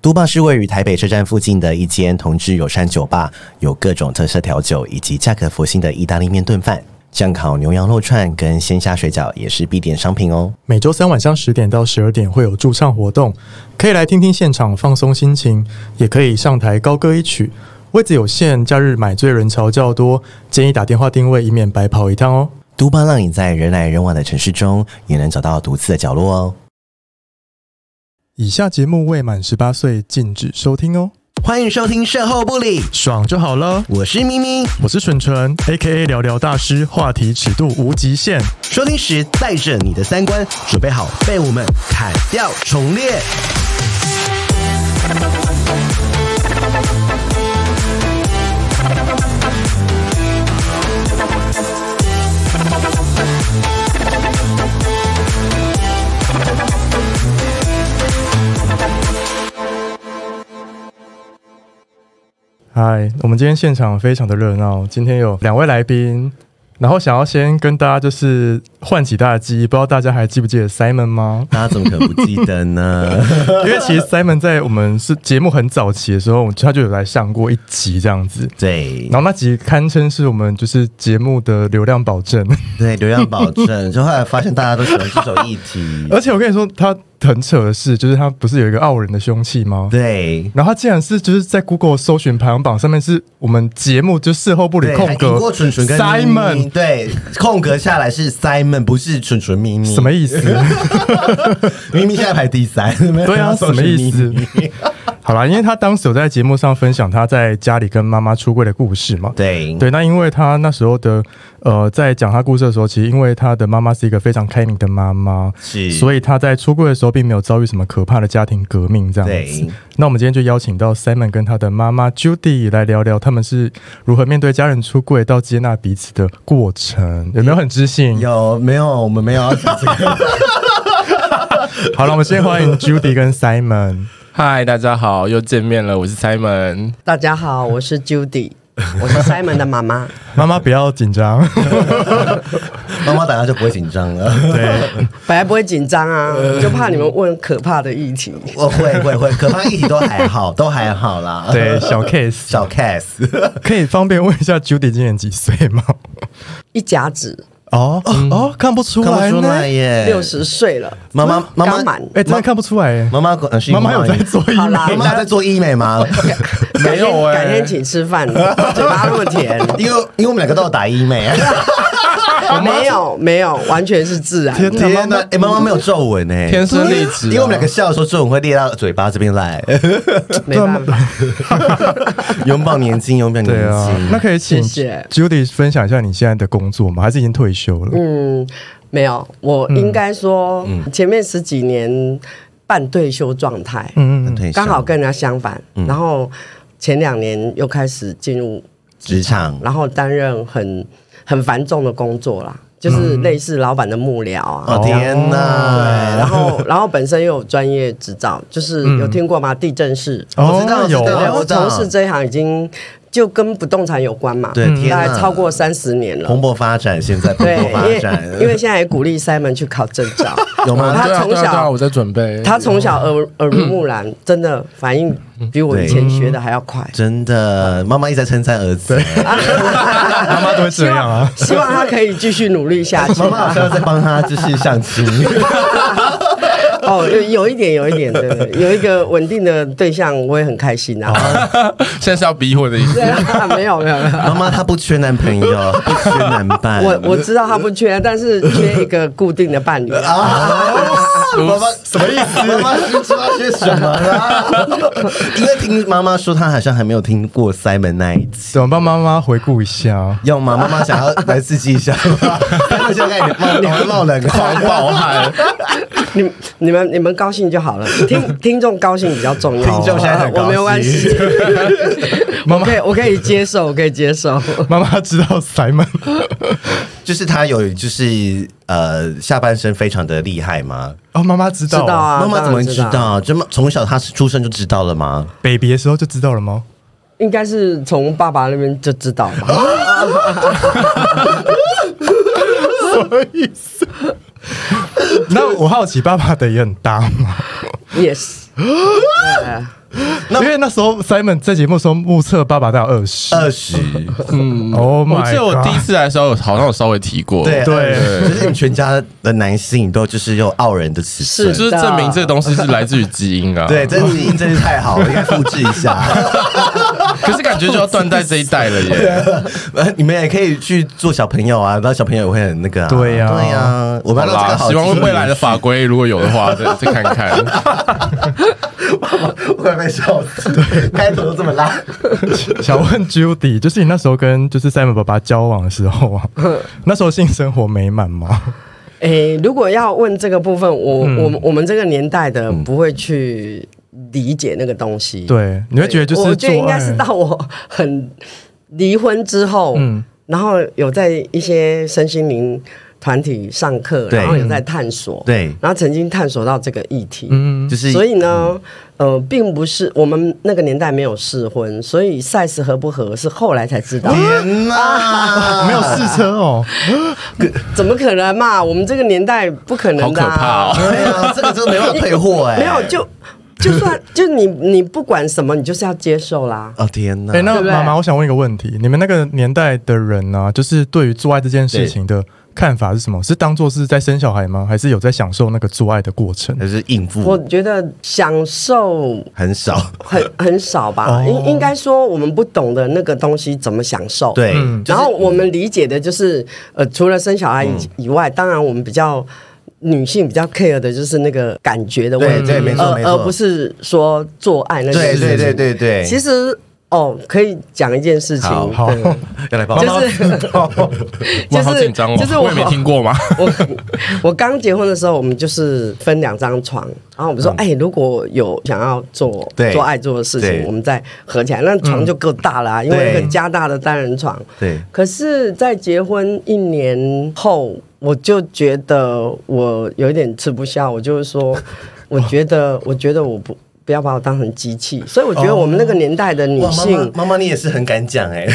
都霸是位于台北车站附近的一间同志友善酒吧，有各种特色调酒以及价格佛性的意大利面炖饭。酱烤牛羊肉串跟鲜虾水饺也是必点商品哦。每周三晚上十点到十二点会有驻唱活动，可以来听听现场放松心情，也可以上台高歌一曲。位子有限，假日买醉人潮较多，建议打电话定位，以免白跑一趟哦。都巴让你在人来人往的城市中，也能找到独自的角落哦。以下节目未满十八岁禁止收听哦，欢迎收听《售后不理》，爽就好了。我是咪咪。我是纯纯，A K A 聊聊大师，话题尺度无极限。收听时带着你的三观，准备好被我们砍掉重练。？嗨，我们今天现场非常的热闹，今天有两位来宾，然后想要先跟大家就是唤起大家的记忆，不知道大家还记不记得 Simon 吗大家怎么可能不记得呢？ 因为其实 Simon 在我们是节目很早期的时候，他就有来上过一集这样子。对然后那集堪称是我们就是节目的流量保证， 对，流量保证。就后来发现大家都喜欢这种议题，而且我跟你说，他很扯的是，就是他不是有一个傲人的凶器吗？对。然后他竟然是就是在 Google 搜寻排行榜上面是我们节目就事后不理对，还空赢过格纯纯跟咪咪 Simon 对，空格下来是 Simon，不是纯纯咪咪。什么意 思？咪咪现在排第三， 对啊，什么意思咪咪？好啦，因为他当时有在节目上分享他在家里跟妈妈出柜的故事嘛。对对，那因为他那时候的呃，在讲他故事的时候，其实因为他的妈妈是一个非常开明的妈妈，是所以他在出柜的时候并没有遭遇什么可怕的家庭革命这样子对。那我们今天就邀请到 Simon 跟他的妈妈 Judy 来聊聊他们是如何面对家人出柜到接纳彼此的过程，有没有很知性？有没有？我们没有要讲 这个。好了，我们先欢迎 Judy 跟 Simon。 嗨，大家好，又见面了，我是 Simon。大家好，我是 Judy，我是 Simon 的妈妈。妈妈不要紧张，妈妈打架就不会紧张了。对， 本来不会紧张啊，就怕你们问可怕的议题。我会会会，可怕议题都还好，都还好啦。对，小 case，小 case，可以方便问一下 Judy 今年几岁吗？一甲子哦、哦，看不出看来不出呢，来耶。六十岁了，妈妈妈刚妈满，哎、真的看不出来耶。妈妈呃是妈妈有在 做医好美，啦妈哎妈有在做医美 吗？改没有天欸改天请吃饭， 嘴巴那么 甜。 因为因为我们两个都有打医 美。没有没有，完全是自然。天哪，妈天哪妈，哎，嗯妈妈没有皱纹哎，天生丽质啊因为我们两个笑的时候，皱纹会裂到嘴巴这边来。没办法，永葆年轻，永葆年对啊轻。，那可以请谢谢 Judy 分享一下你现在的工作吗？还是已经退休了？嗯，没有，我应该说前面十几年半退休状态，嗯嗯嗯，对刚好跟人家相反。然后前两年又开始进入职场然后担任很很繁重的工作啦，就是类似老板的幕僚啊。嗯哦天哪！然后，然后本身又有专业执照，就是嗯有听过吗？地震室，我知道有我知对道对，我我知道从事啊这一行已经就跟不动产有关嘛，对天大哪概超过三十年了蓬。勃发展，现在蓬对，勃因发为展， 因为现在也鼓励 Simon 去考证照， 有吗哦他对啊从对啊对啊小我在准备，他从小嗯耳耳濡 目染，真的反应比我以前学的还要快。真的，妈妈一直在称赞儿子，欸啊妈妈都会这样啊。希望他可以继续努力下去。妈妈好像在帮他就是相 亲，哦，有有一点，有一点，对，对有一个稳定的对象，我也很开心 哦啊。 现在是要逼婚的意思对。啊， 没有没有 没有，妈妈她不缺男朋友，不缺男伴，我我知道他不缺，但是缺一个固定的伴侣。啊啊妈妈哦什么意思？妈妈是知道些什么啊啦？因为听妈妈说，她好像还没有听过 Simon 那一集。怎么帮妈妈回顾一下？要吗？妈妈想要来刺激一下 吗？我想看你冒你会冒冷狂汗，暴汗， 你们你们你们高兴就好了，听听众高兴比较重要。啊听众现在很高兴 我没有 关系，妈我妈可以我可以接受，我可以接受。妈妈知道 Simon，就是她有就是呃下半身非常的厉害吗？哦，妈妈知知道，道啊，妈妈怎么会当然知？道？就从小她是出生就知道了吗？ ，baby 的时候就知道了吗？应该是从爸爸那边就知道 吧。那我好奇，爸爸的也很大吗？ Yes，对因为那时候 Simon 在节目说目测八把大二十，二十，嗯， Oh my 我记得我第一次来的时候，好像有稍微提过，对对就是你们全家的男性都就是有傲人的尺寸，就是证明这个东西是来自于基因啊。对，，这基因真是太好了，应该复制一下。可是感觉就要断在这一代了耶。 呃，你们也可以去做小朋友啊，然后小朋友也会很那个、啊。对呀对呀、我好们要让这啦，个好希望基因未来的法规如果有的话，再再看看。 我快被笑死，开头都这么拉。想问 Judy，就是你那时候跟就是 Simon 爸爸交往的时候啊，那时候性生活美满吗？诶、如果要问这个部分，我、嗯我们我们这个年代的不会去理解那个东西。对，你会觉得就我是觉得做应该是爱，到我很离婚之后，嗯然后有在一些身心灵团体上课，对然后有在探索，对然后曾经探索到这个议题，嗯，就是所以呢，呃，并不是我们那个年代没有试婚，所以 size 合不合是后来才知道，天啊哪， 没有试车哦，怎么可能嘛？我们这个年代不可能的、好可怕哦对啊，这个真的没办法退货哎、没有就就 算就你你不管什么，你就是要接受啦。哦天哪， 哎、那对不对妈妈，我想问一个问题，你们那个年代的人呢、就是对于做爱这件事情的看法是什么？是当做是在生小孩吗？还是有在享受那个做爱的过程？还是应我付觉得享受很少。 很很少哦吧，应应该说我们不懂得那个东西怎么享受。。对，嗯就是然后我们理解的就是，呃，除了生小孩以嗯以外，当然我们比较女性比较 care 的就是那个感觉的问题，对对没错而没错而不是说做爱那件对事情。对对对对，其实哦，可以讲一件事情，好好，对 要来帮忙就。是 哇，好紧张哦 就是！我也没听过嘛。我我刚结婚的时候，我们就是分两张床，然后我们说，哎、如果有想要做嗯对做爱做的事对嗯情，我们再合起来，那床就够大了、啊，因为那个对加大的单人床。对，可是，在结婚一年后，我就觉得我有一点吃不消，我就是说，我觉得，我觉得我不不要把我当成机器，所以我觉得我们那哦个年代的女哇，妈性，妈妈妈，你也是很敢讲 哎、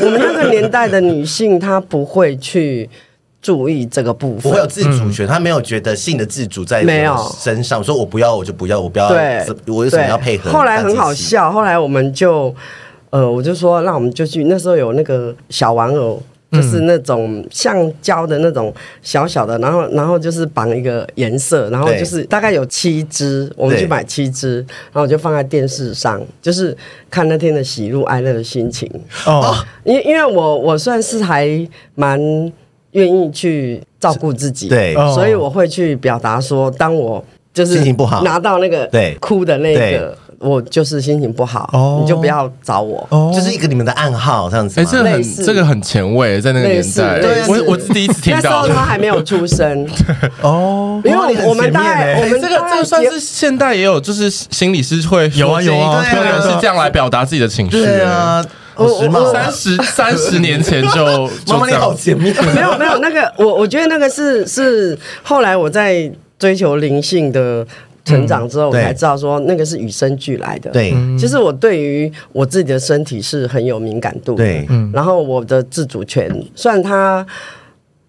我们那个年代的女性，她不会去注意这个部不分会。有自主权，她没有觉得性的自主在嗯没有我的身上，说我不要我就不要，我不要，对，我为什么对要配合？后来很好，笑，后来我们就，呃，我就说，那我们就去，那时候有那个小玩偶。就是那种橡胶的那种小小的，然后然后就是绑一个颜色，然后对就是大概有七只，我们对去买七只，然后我就放在电视上，就是看那天的喜怒哀乐的心情。哦，因因为我我算是还蛮愿意去照顾自己，对哦所以我会去表达说，当我就是心情不好拿到那个对哭的那对个，我就是心情不好，哦你就不要找我。哦，就是一个你们的暗号这样子哎，吗。这个类很似这个很前卫，在那个类年似代类，似我我第一次听那时到候。他还没有 出生，哦，因为哇你很我我们大前面欸概我哎们这个大概这个算结是现代也有，就是心理师会有啊有啊有人是这样来表达自己的情绪。对，啊，我好时髦三啊。十啊三十 年前就妈就妈这你好样。前面，啊没有没有，那个我我觉得那个是是后来我在追求灵性的成长之后，嗯我对才知道说那个是与生俱来的。对其实我对于我自己的身体是很有敏感度的。对然后我的自主权，虽然他。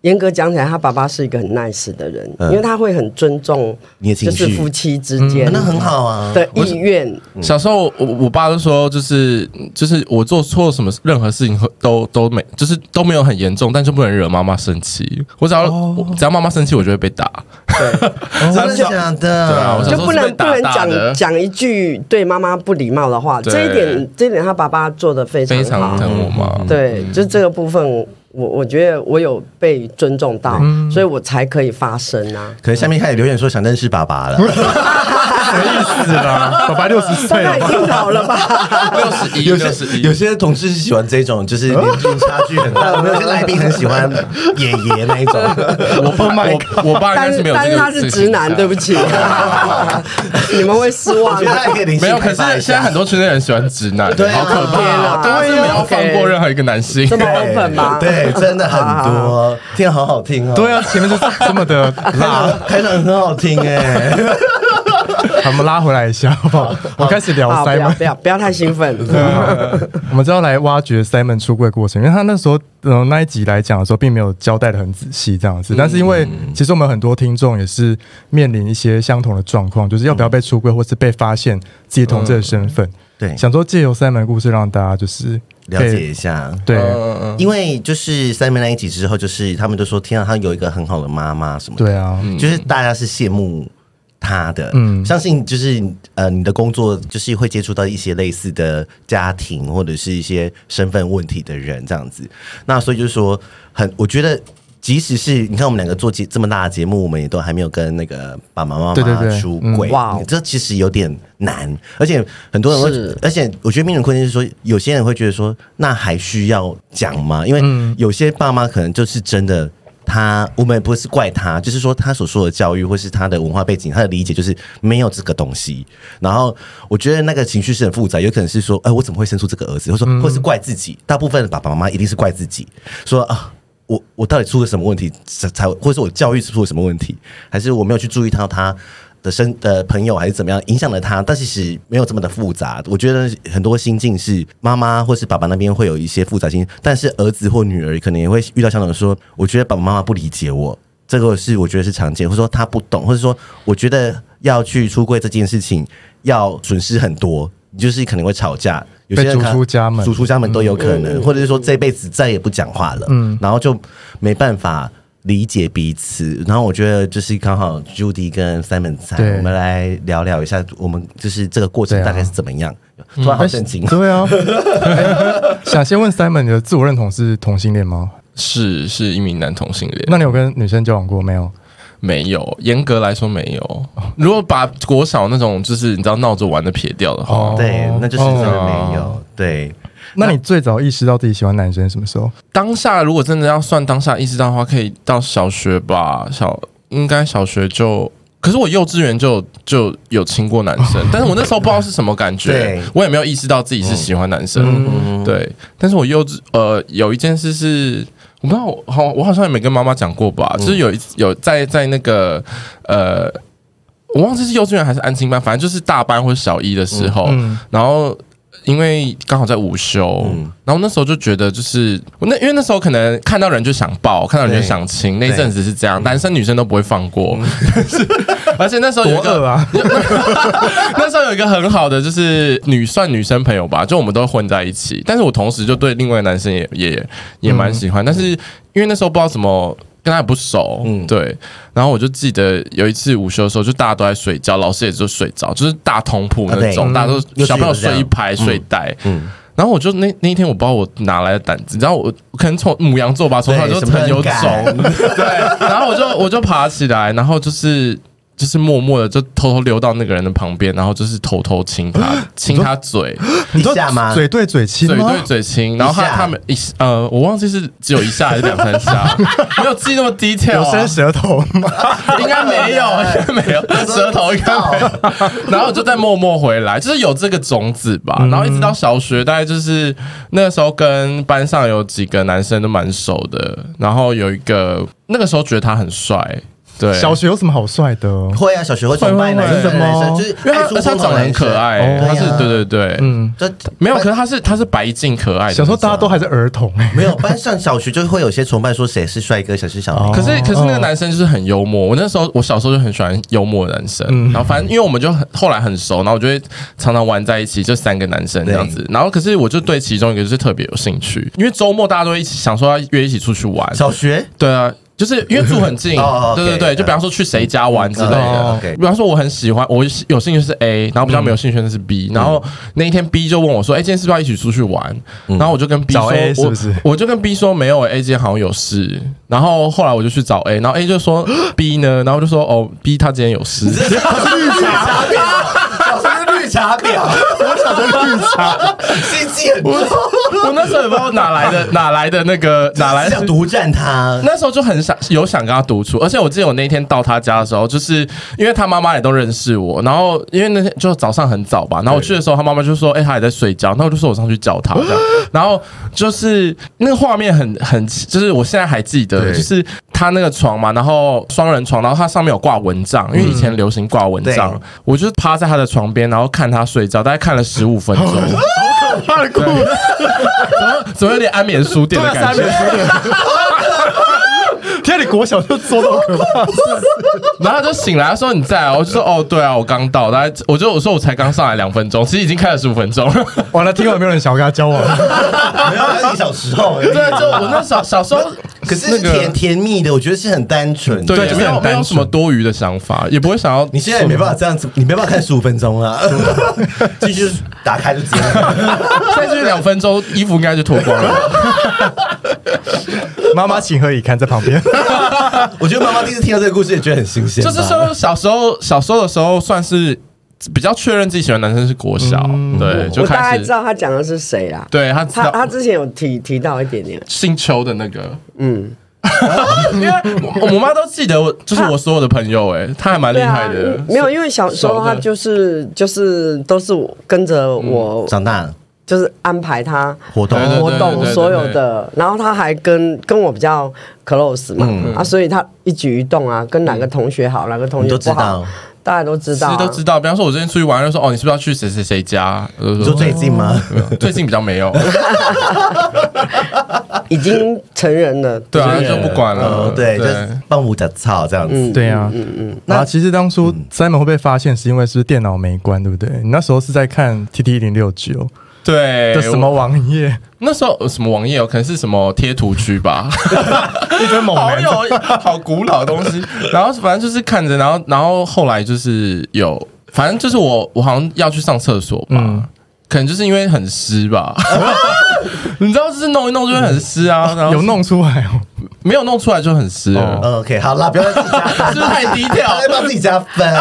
严格讲起来，他爸爸是一个很 nice 的人，嗯因为他会很尊重，你的就情绪是夫妻之间啊那很好啊。的意愿。嗯小时候我我爸就说，就是就是我做错什么任何事情都都没，就是都没有很严重，但就不能惹妈妈生气。我只要、哦我只要妈妈生气，我就会被打。真的假哦对啊我的？小就时候不是被能不打能大的讲讲一句对妈妈不礼貌的话，对这一点这一点他爸爸做的非常非好常，疼我嗯妈。对，就这个部分，我我觉得我有被尊重到，所以我才可以发声啊。可能下面开始留言说想认识爸 爸了，是啦，爸爸六十岁那了已吧，经好了吧？六十一，有六十些一有，些同事是喜欢这种， 就是年龄差距很大。我们有些来宾很喜欢爷爷那一 种，我爸我我爸应该但是是没有这个。但是他是直男，对不起。 起，你们会失我望觉得的。还可以灵性没有，可开是发一现下在很多圈内人喜欢直男，对啊啊好可怕天啊！啊大家是没有放过任何一个男性。这么 open 吗？对，真的很 多，天啊好好听哦。对啊，前面就是这么的辣， 啊，开场很好听哎、我们拉回来一下好不好？我开始聊好，不要 Simon，不要不要太兴奋。我们就要来挖掘 Simon 出柜过程，因为他那时候呃那一集来讲的时候，并没有交代的很仔细这样嗯子。但是因为其实我们很多听众也是面临一些相同的状况，就是要不要被出柜，或是被发现自己同志的身份。嗯对想说借由 Simon 的故事让大家就是了可以解一下。对。嗯因为就是三妹那一集之后，就是他们都说天啊，她有一个很好的妈妈什么的，对啊，就是大家是羡慕她的。嗯相信就是呃，你的工作就是会接触到一些类似的家庭或者是一些身份问题的人这样子。那所以就是说，很我觉得。即使是你看我们两个做节这么大的节目，我们也都还没有跟那个爸爸妈对对妈对出嗯轨，哇哦这其实有点难，而且很多人会是，而且我觉得命运困境是说，有些人会觉得说，那还需要讲吗？因为嗯有些爸妈可能就是真的。他，我们也不是怪他，就是说他所说的教育，或是他的文化背景，他的理解就是没有这个东西。然后我觉得那个情绪是很复杂，有可能是说，哎、我怎么会生出这个儿子，或者说，或是怪自己。大部分的爸爸妈妈一定是怪自己，说啊，我我到底出了什么问题才才，或者是我教育出了什么问题，还是我没有去注意到他的身的朋友还是怎么样影响了他？但其实没有这么的复杂。我觉得很多心境是妈妈或是爸爸那边会有一些复杂心，但是儿子或女儿可能也会遇到相同的说，我觉得爸爸妈妈不理解我，这个是我觉得是常见，或者说他不懂，或者说我觉得要去出柜这件事情要损失很多，你就是可能会吵架，有些人被逐可能出家门逐出家门都有可嗯能，或者是说这辈子再也不讲话了，嗯，然后就没办法。理解彼此，然后我觉得就是刚好 Judy 跟 Simon 在，对我们来聊聊一下，我们就是这个过对程啊大概是怎么样。突然好震惊，对啊，哎 想先问 Simon，你的自我认同是同性恋吗？是是一名男同性恋，那你有跟女生交往过没有？没有，严格来说没有。如果把国小那种就是你知道闹着玩的撇掉的话，哦对，那就是真的没有哦。对，那你最早意识到自己喜欢男生什么时候？当下如果真的要算当下意识到的话，可以到小学吧，小应该小学就。可是我幼稚园就就有亲过男生，但是我那时候不知道是什么感觉对，我也没有意识到自己是喜欢男生。嗯嗯嗯对，但是我幼稚呃有一件事是，我不知道我好我好像也没跟妈妈讲过吧，嗯就是有一有在在那个呃。我忘记是幼稚园还是安亲班，反正就是大班或者小一的时候，嗯然后因为刚好在午休，然后那时候就觉得就是我那因为那时候可能看到人就想抱，看到人就想亲，那一阵子是这样，嗯男生女生都不会放过， 而且那时候有一多个饿啊！ 那时候有一个很好的就是女算女生朋友吧，就我们都混在一起，但是我同时就对另外一个男生也也也蛮喜欢，但是因为那时候不知道怎么。跟他也不熟，嗯对。然后我就记得有一次午休的时候，就大家都在睡觉，老师也就睡着，就是大通铺那啊种，对大家都嗯小朋友幼稚园是这睡样一排睡袋，嗯，然后我就那那一天我不知道我哪来的胆子，然后我我可能从母羊座吧，从小对就什么很有很种 敢，对，然后我就我就爬起来，然后就是就是默默的就偷偷溜到那个人的旁边，然后就是偷偷亲 他亲他嘴，一下吗？嘴对嘴亲嘴吗？对嘴亲，然后他一下他们一呃我忘记是只有一下还是两三 下，没有记那么 detail，有啊伸舌头吗？应该没有，应该没有，舌头应该没有。 然后我就再默默回来，就是有这个种子吧。嗯然后一直到小学，大概就是那个时候跟班上有几个男生都蛮熟的，然后有一个那个时候觉得他很帅，对，小学有什么好帅的？会啊，小学会崇拜男生，会会会男生就是哎因为他哎爱出而且他风头长得很可爱，哦他是对对对对，嗯，这没有，可是他是他是白净可爱的，小时候大家都还是儿童哎、没有班上小学就会有些崇拜，说谁是帅哥，谁是小哦明。可是可是那个男生就是很幽默，我那时候我小时候就很喜欢幽默的男生，嗯然后反正因为我们就很后来很熟，然后我就会常常玩在一起，就三个男生这样子。然后可是我就对其中一个就是特别有兴趣，因为周末大家都会一起想说要约一起出去玩，小学对啊。就是因为住很 近哦，对 OK，对对，就比方说去谁家玩之类哦的。 ，OK 比方说我很喜欢，我有兴趣是 A，然后比较没嗯有兴趣的是 B，然后那一天 B 就问我说：“哎，今天是不是要一起出去玩？”然后我就跟 B 嗯找说 A：“ 是我不是我就跟 B 说没有、欸、，A 今天好像有事。然后后来我就去找 A，然后 A 就说 B 呢，然后我就说哦 B 他今天有事。 绿茶婊，小学是绿茶婊，我小时候绿茶，姓机很重，我那时候也不知道哪来的哪来的那个哪来的想独占 他？那时候就很想有想跟他独处，而且我记得我那天到他家的时候，就是因为他妈妈也都认识我，然后因为那天就早上很早吧，然后我去的时候，他妈妈就说：“哎、他也在睡觉。”那我就说我上去叫他这样，然后就是那个画面很很，就是我现在还记得，对就是他那个床嘛，然后双人床，然后他上面有挂蚊帐，因为以前流行挂蚊帐对，我就趴在他的床边，然后看他睡觉，大概看了十五分钟。怕哭，怎么怎么有点安眠书店对的啊，感三觉年？十年。天啊，你国小就做到可怕，然后他就醒来，他说你在啊，我就说哦对啊，我刚到，大概我就我说我才刚上来两分钟，其实已经开了十五分钟了。完了，听完没有人想要跟他交往。 没有，他是你小时候而已。对，就我那小小时候，可是那是个甜甜蜜的，我觉得是很单纯。对，就是没有很没单有什么纯多余的想法，也不会想要你现在也没办法这样子，你没办法看十五分钟 啊，进去打开就直接。再去两分钟，衣服应该就脱光了。妈妈情何以堪，在旁边。我觉得妈妈第一次听到这个故事也觉得很新鲜就吧，是说小时候小时候的时候，算是比较确认自己喜欢的男生是国小，对，就我大开概知始道他讲的是谁啦。对他知他他道之前有提提到一点点，姓邱的那个。嗯，因为我我妈都记得我，就是我所有的朋友、哎，她还蛮厉对害啊的。，没有，因为小时候熟的嗯他就是就是都是我跟着我，长大了就是安排他活动对对对活动所有的，然后他还跟跟我比较 close 嘛，嗯啊，所以他一举一动啊，跟哪个同学好，哪个同你学都知不好道，，大家都知其道实啊，都知道。比方说，我之前出去玩，就说哦，你是不是要去谁谁谁家？我就你说最近吗？哦最近比较没有，已经成人了，对啊， 就不管了。哦嗯嗯，对，就是帮我假操这样子。 对啊，啊，其实当初 Simon 会被发现，是因为是不是电脑没关，对不对？你那时候是在看 T T 零六九对的什么？网页？我那时候有什么网页哦？可能是什么贴图区吧， 一堆猛好男，有好古老的东 西。然后反正就是看着，然后然后后来就是有，反正就是我我好像要去上厕所吧。嗯可能就是因为很湿 吧，你知道，就是弄一弄就会很湿啊，然后有弄出来哦。没有弄出来就很湿了，哦 OK，好啦，不要再自己加分，是不是太低 调不要再帮自己加分。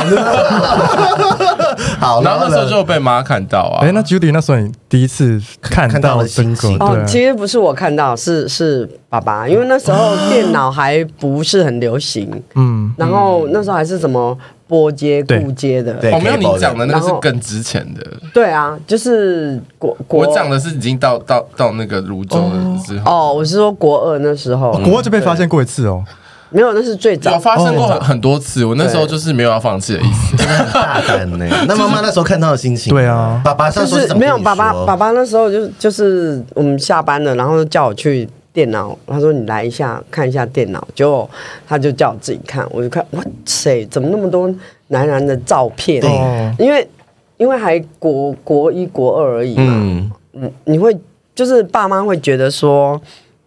好，然后那时候呢就被妈看到啊。哎，那 Judy 那时候你第一次看看到到了这星个，星哦，其对啊，实不是我看到，是是爸爸，因为那时候电脑还不是很流行，嗯，然后那时候还是什么拨接、对固接的，对哦，没有你讲的那哎个然是后更值钱的，对啊，就是国国我讲的是已经到到到那个泸州了之后，哦，我是说国二那时候国二就被发现过一次哦。没有，那是最早有。发生过很哦很多次，我那时候就是没有要放弃的意思。真的很大胆 呢。那妈妈那时候看到的心情，对啊爸爸上就时候是怎么没有跟你爸爸，说爸爸那时候就就是我们下班了，然后叫我去电脑，他说你来一下看一下电脑，结果他就叫我自己看，我就看哇塞，怎么那么多男男的照片？哦因为因为还国国一国二而已嘛，嗯，嗯，你会就是爸妈会觉得说，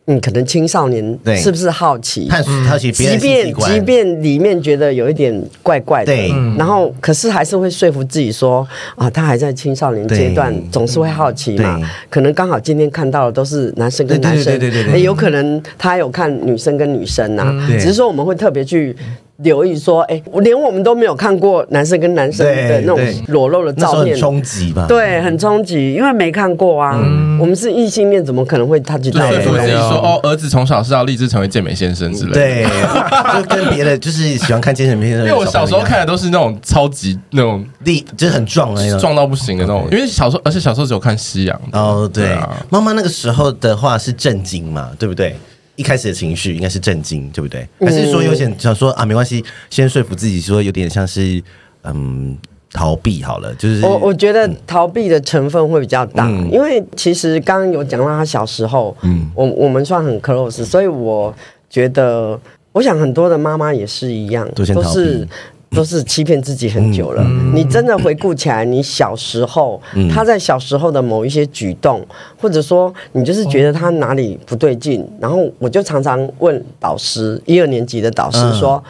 嗯，可能青少年对是不是好奇？探索好奇别嗯即人的性器便官，即便里面觉得有一点怪怪的，对然后可是还是会说服自己说啊，他还在青少年阶段对，总是会好奇嘛对。可能刚好今天看到的都是男生跟对对男对生，对对对对嗯诶有可能他有看女生跟女生呐、对只是说我们会特别去。留意说，哎、我连我们都没有看过男生跟男生的对那种对裸露的那时照候很片，冲击吧？，对，很冲击，因为没看过啊。我们是异性恋，怎么可能会他去就到说服对自己对啊说哦，儿子从小是要立志成为健美先生之类的。对，就跟别的就是喜欢看精神片的朋因为友一样，我小时候看的都是那种超级那种力就是很壮的那种。壮到不行的那种，因为小时候，而且小时候只有看夕阳的。哦，对啊，妈妈那个时候的话是震惊嘛，对不对？一开始的情绪应该是震惊，对不对？还是说有点想说啊，没关系，先说服自己说有点像是嗯逃避好了，就是我我觉得逃避的成分会比较大，嗯因为其实刚刚有讲到他小时候，嗯，我我们算很 close，所以我觉得，我想很多的妈妈也是一样，都先逃避是。都是欺骗自己很久了。嗯你真的回顾起来，你小时候，他在小时候的某一些举动，或者说你就是觉得他哪里不对哦劲，然后我就常常问导师，一二年级的导师嗯说：“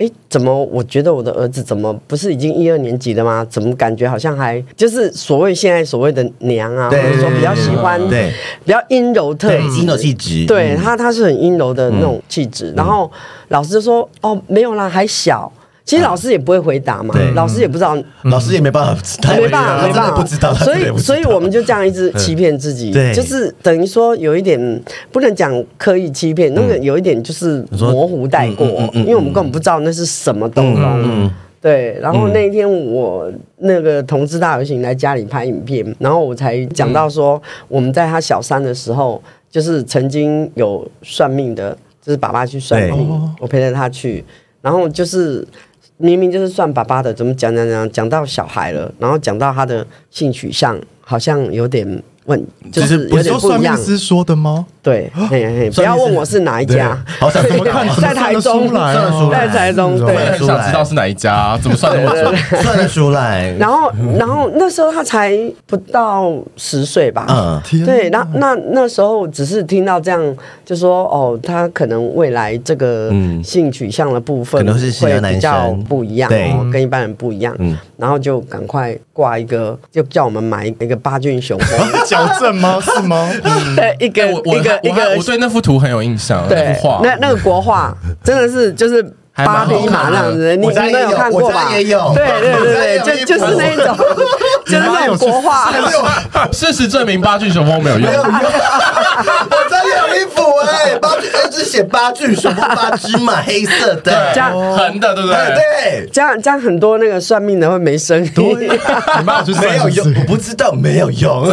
哎，怎么？我觉得我的儿子怎么不是已经一二年级了吗？怎么感觉好像还就是所谓现在所谓的娘啊，或对者说比较喜欢对比较阴柔特对质阴柔气质，对嗯他他是很阴柔的那种气质。然后老师就说：哦，没有啦，还小。其实老师也不会回答嘛对，老师也不知道，老师也没办法，他也没办法，他没真办的法，不知道，他所真的以，不知所以道嗯我们就这样一直欺骗自己，对就是等于说有一点不能讲刻意欺骗，那个嗯有一点就是说模糊带嗯过，因为我们根本不知道那是什么东东。对，然嗯后那一天我那个同志大游行来家里拍影片，然后我才讲到说，我们在他小三的时候，就是曾经有算命的，就是爸爸去算对命，我陪着他去，然后就是明明就是算爸爸的，怎么讲讲讲讲到小孩了，然后讲到他的性取向，好像有点问，就是不有是说点不算一命样。师啊说的吗？对，嘿嘿，不要问我是哪一家，对好想对怎么看 在台中，怎么算得出来在啊台中，嗯我对也，很想知道是哪一家啊，怎么算那么 准？算得出来。 然后，然后那时候他才不到十岁吧。嗯，天，对，那那那时候只是听到这样，就说哦，他可能未来这个嗯性取向的部分可能是喜会欢男比较生不一样，对哦，跟一般人不一样。嗯然后就赶快挂一个，就叫我们买一个八 郡雄风，矫正吗？是 吗？对，一个哎我我一个我一还个我对那幅图很有印象，呃那对幅画，那那个国画真的是就是还蛮芭比马那样子，你好看的我家你们也有看过我吧？家也有对对对我家也有对，就就是那种， 就是那种国画。 事实证明八郡雄风没有用。我真的有衣服哎，八句哎，只写八句，什么八只嘛，黑色的这，样横的，对不哎对？对。这样这样很多那个算命的会没生意，你爸去没算有是不用，是我不知道没有用。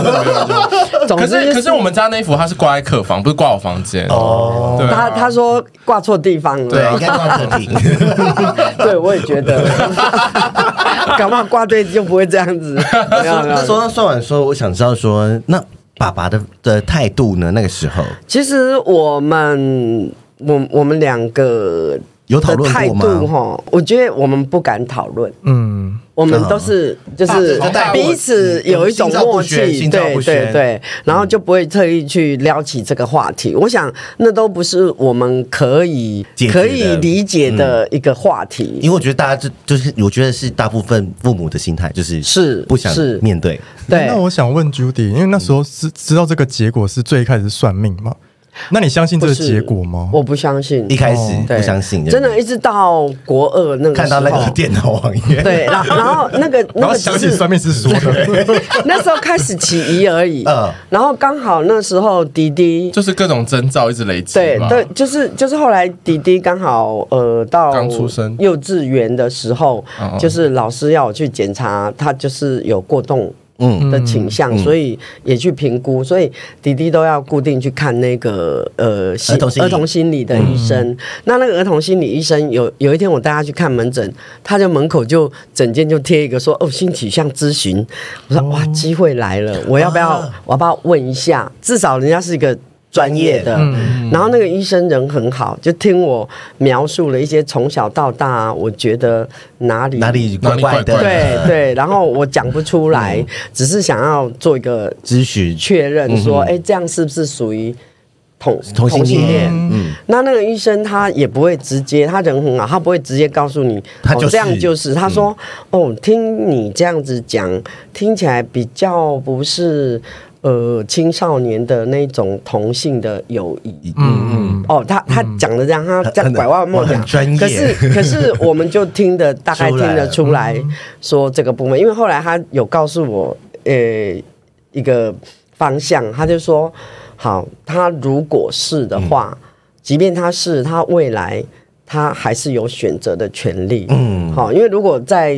总可之就是可是我们家那幅它是挂在客房，不是挂我房间哦。对啊他他说挂错地方对，啊应了，该放客厅。对我也觉 得，搞不好挂对就不会这样子。那没时候有没有那时候他算完说，我想知道说，那爸爸的的态度呢？那个时候其实我们我我们两个有讨论过吗的态度哈，我觉得我们不敢讨论，嗯，我们都是就是就带过彼此有一种默嗯契，心照对不宣心照不宣嗯对对，然后就不会特意去撩起这个话题。我想那都不是我们可以解决的嗯可以理解的一个话题因。为我觉得大家就就是，我觉得是大部分父母的心态就是是不想是面对。对那，我想问 Judy，因为那时候是知道这个结果是最一开始是算命嘛？那你相信这不个是结果吗？我不相信一，开始对不相信，哦真的，一直到国二那个看到那时个候电脑网页，对，然后然后那 个然那后个想只起是算命师说 的， 那时候开始起疑而已嗯，然后刚好那时候迪迪就是各种征兆一直累积对嘛。对，就是就是后来弟弟刚好呃到刚出生幼稚园的时候嗯哦哦，就是老师要我去检查，他就是有过动。嗯的倾向，所以也去评估，所以弟弟都要固定去看那个呃心儿童心理儿童心理的医生。那那个儿童心理医生有有一天我带他去看门诊，他就门口就整间就贴一个说哦性取向咨询，我说哇机会来了，我要不要啊我要不要问一下？至少人家是一个专业的，然后那个医生人很好，就听我描述了一些从小到大、我觉得哪里哪里怪怪的，哪里怪对对，然后我讲不出来，只是想要做一个咨询确认，说，哎、这样是不是属于同嗯同性恋，恋？嗯，那那个医生他也不会直接，他人很好，他不会直接告诉你，他就是嗯哦、这样就是。他说，哦，听你这样子讲，听起来比较不是呃青少年的那种同性的友谊。嗯嗯，哦，他他讲的这样，他这样很拐弯抹我角很专业可是 可是我们就听得大概出听来得出来嗯说这个部分，因为后来他有告诉我，呃，一个方向，他就说，好，他如果是的话，嗯即便他是，他未来他还是有选择的权利。嗯，好，因为如果在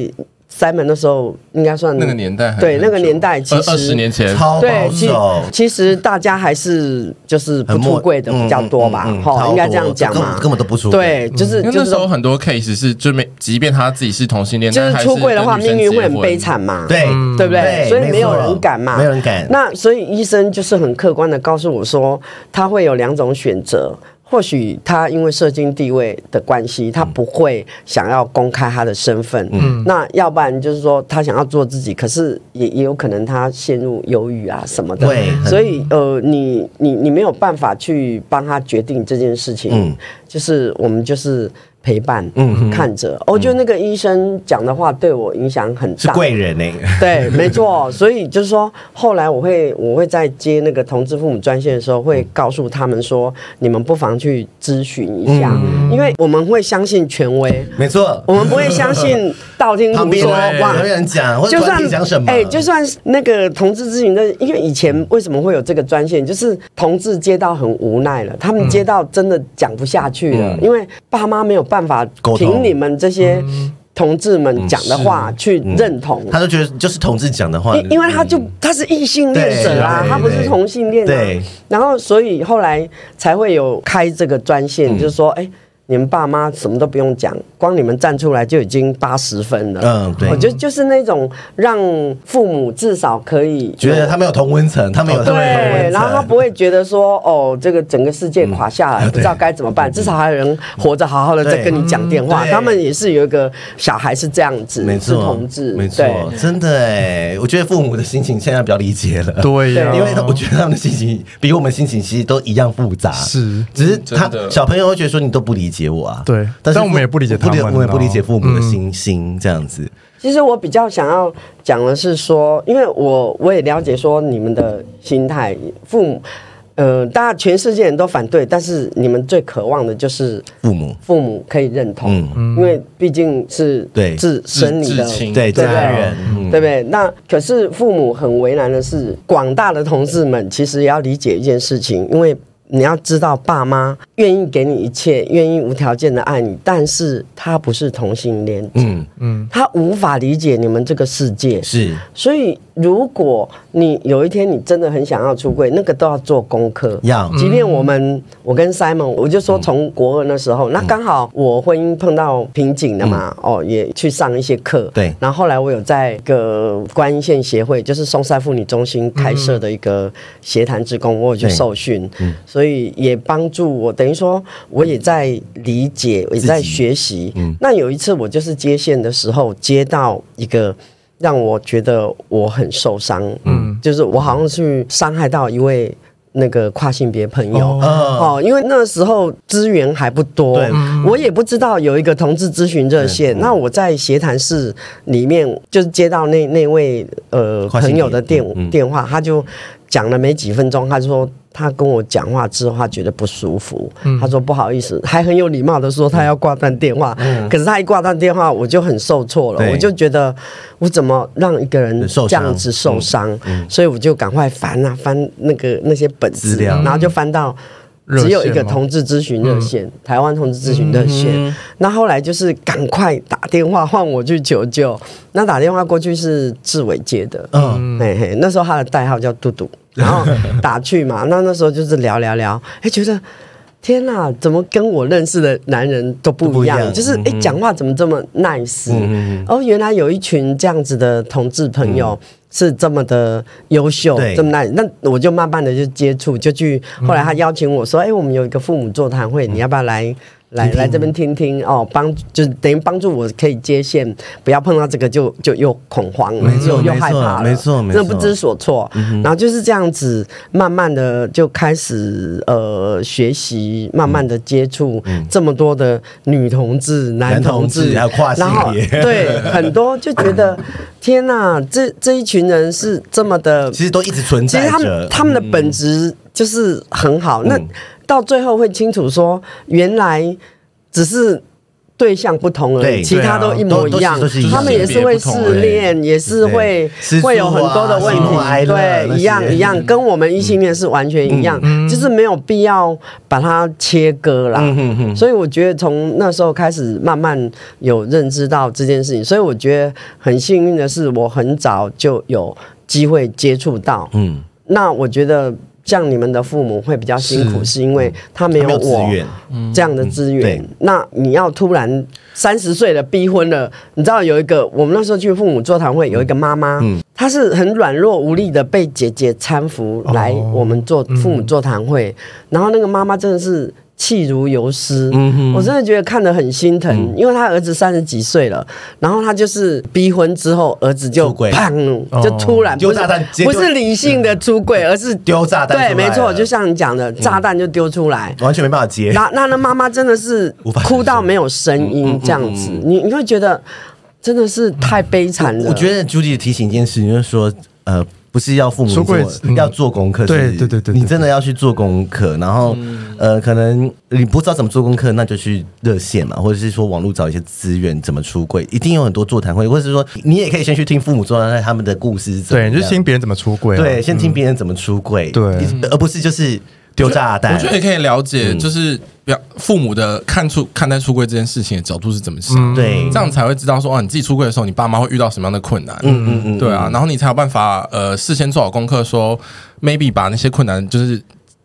Simon 那时候，应该算那个年代很，对那个年代其实二十年哦前，超对保，其守。其实大家还是就是不出柜的比较多吧很，默嗯嗯嗯哈、超应该这样讲多根嘛本。根本都不出柜对，就是因为就那是时候说很多 case 是就没，即便他自己是同性恋，就但是还出柜的话，跟女生命运会结很婚悲。惨嘛。对对不对？所以没有错人敢嘛，没有人敢。那所以医生就是很客观的告诉我说，他会有两种选择。或许他因为社经地位的关系，他不会想要公开他的身份。嗯，那要不然就是说他想要做自己，可是也也有可能他陷入忧郁啊什么的。对很所以呃，你你你没有办法去帮他决定这件事情。嗯就是我们就是陪伴，嗯，看着。我觉得那个医生讲的话对我影响很是大，贵人呢、欸，对，没错。所以就是说，后来我会我会在接那个同志父母专线的时候，会告诉他们说，你们不妨去咨询一下，因为我们会相信权威，没错。我们不会相信道 听旁途边说人对哇旁。边人讲，或者嗯就团算体讲什么，哎、就算是那个同志咨询的，因为以前为什么会有这个专线，就是同志接到很无奈了，他们接到真的讲不下去了，因为爸妈没有办法嗯沟通嗯凭你们这些同志们讲的话去认同。他都觉得就是同志讲的话，因因为他就他是异性恋者啊嗯对，他不是同性恋对啊，然后所以后来才会有开这个专嗯线，就是说，哎，你们爸妈什么都不用讲，光你们站出来就已经八十分了。嗯对我觉得就是那种让父母至少可以觉得他们有同温层，他们有他们有同温哦对，层，然后他不会觉得说哦，这个整个世界垮下来，不知道该怎么办，至少还有人活着好好的在嗯对跟你讲电嗯。话对他们也是有一个小孩是这样子，没是错，同志，没错对，真的哎，我觉得父母的心情现在比较理解了，对啊呀，因为我觉得他们的心情比我们心情其实都一样复杂，是只是他真的小朋友会觉得说你都不理解我啊，对但是但我们也不理解他们我们也不理解哦父母的心心这样子，其实我比较想要讲的是说，因为我我也了解说你们的心态，父母，呃，大家全世界人都反对，但是你们最渴望的就是父母父母可以认同，嗯因为毕竟是对自生你至的亲对对不啊家人，对？对不对？那可是父母很为难的是，广大的同事们其实也要理解一件事情，因为你要知道，爸妈愿意给你一切，愿意无条件的爱你，但是他不是同性恋者，嗯，他无法理解你们这个世界。是所以，如果你有一天你真的很想要出柜，那个都要做功课。要嗯即便我们，我跟 Simon，我就说从国二那时候，那刚好我婚姻碰到瓶颈了嘛，哦，也去上一些课。嗯对然后后来我有在一个观音县协会，就是松山妇女中心开设的一个协谈职工，我有去对嗯受训，所以也帮助我，等于说我也在理解，也在学习。嗯那有一次我就是接线的时候，接到一个。让我觉得我很受伤，嗯，就是我好像去伤害到一位那个跨性别朋友，哦嗯，哦，因为那时候资源还不多对，嗯我也不知道有一个同志咨询热线。那我在协谈室里面，就是接到那那位呃跨性别朋友的电嗯嗯电话，他就讲了没几分钟，他就说。他跟我讲话之后，他觉得不舒服，嗯他说不好意思，还很有礼貌的说他要挂断电话。可是他一挂断电话，我就很受挫了嗯对，我就觉得我怎么让一个人受这伤嗯样子受伤？所以我就赶快翻啊翻那个那些本资子，料然后就翻到只有一个同志咨询热线，嗯台湾同志咨询热线。那、后来就是赶快打电话换我去求救，那打电话过去是志伟接的，嗯，嘿嘿，那时候他的代号叫嘟 嘟，然后打去嘛，那那时候就是聊聊聊，哎、觉得。天呐、怎么跟我认识的男人都不一样？都不一样就是哎，讲、话怎么这么 nice？、哦，原来有一群这样子的同志朋友是这么的优秀对，这么 nice。那我就慢慢的就接触，就去。后来他邀请我说：“哎、我们有一个父母座谈会，你要不要来？”来来这边嗯听听哦，帮就是等于帮助我可以接线，不要碰到这个就就又恐慌了，没错又又没错害怕了，没错没错真的嗯不知所措。然后就是这样子，慢慢的就开始呃学习，慢慢的接触这么多的女同志、男同嗯男同志志，还有跨性然后别对很多就觉 得天哪、这这一群人是这么的，其实都一直存其实在他着嗯们，他们的本质就是很好，那到最后会清楚说，原来只是对象不同而对已，其他对啊都一模一样都都是都是一。样他们也是会性别不同失恋，也是会吃醋啊会有很多的问喜怒哀题，乐那些嗯对，一样一样，跟我们异性恋是完全一样，就是没有必要把它切割啦。嗯所以我觉得从那时候开始，慢慢有认知到这件事情。所以我觉得很幸运的是，我很早就有机会接触到，嗯，那我觉得像你们的父母会比较辛苦，是因为他没有他没有资我源这样的资源。嗯对那你要突然三十岁了逼婚了，你知道有一个我们那时候去父母座谈会，有一个妈妈，嗯她是很软弱无力的嗯被姐姐搀扶来我们做父母座谈会，然后那个妈妈真的是。气如游丝。嗯我真的觉得看得很心疼，因为他儿子三十几岁了，然后他就是逼婚之后，儿子就出柜砰就突然丢不是炸弹直接不丢是理性的出柜，而是丢炸弹对，出来没错，了嗯就像你讲的，炸弹就丢出来。完全没办法接。那那那妈妈真的是无法嗯哭到没有声音这样子，你你会觉得真的是太悲惨了。 嗯我觉得 Judy 提醒一件事，就是说，呃，不是要父母出做柜嗯要做功课，对是对对对对你真的要去做功课，然后嗯呃，可能你不知道怎么做功课，那就去热线嘛，或者是说网络找一些资源怎么出柜，一定有很多座谈会，或者是说你也可以先去听父母座谈会他们的故事是怎么对，样，你就听别人怎么出轨、啊，对，先听别人怎么出柜，对一而不是就是丢炸弹我觉。得也可以了解，就是表父母的看出看待出柜这件事情的角度是怎么想，嗯对这样才会知道说哦，你自己出柜的时候，你爸妈会遇到什么样的困难。嗯嗯嗯，对啊，然后你才有办法呃事先做好功课，说 maybe 把那些困难就是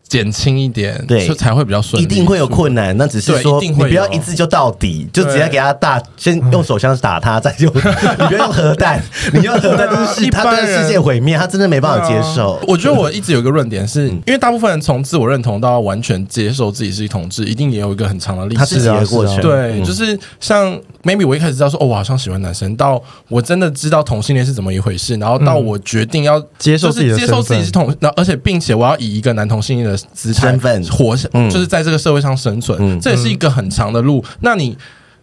减轻一点，对就才会比较顺利。一定会有困难，那只是对说一你定会有不要一次就到底，就直接给他大，先用手枪打他，再用你不要用核弹，你用核弹都是一他般对世界人毁灭，他真的没办法接受。我觉得我一直有一个论点嗯是，因为大部分人从自我认同到完全接受自己是同志，一定也有一个很长的历他自史己的是啊过是啊程，对，就是像 maybe 我一开始知道说哦，我好像喜欢男生，到我真的知道同性恋是怎么一回事，然后到我决定要嗯接受就是自己的接受自己是身同，然后而且并且我要以一个男同性恋的姿态身份活下，嗯就是在这个社会上生存，嗯这也是一个很长的路。那你。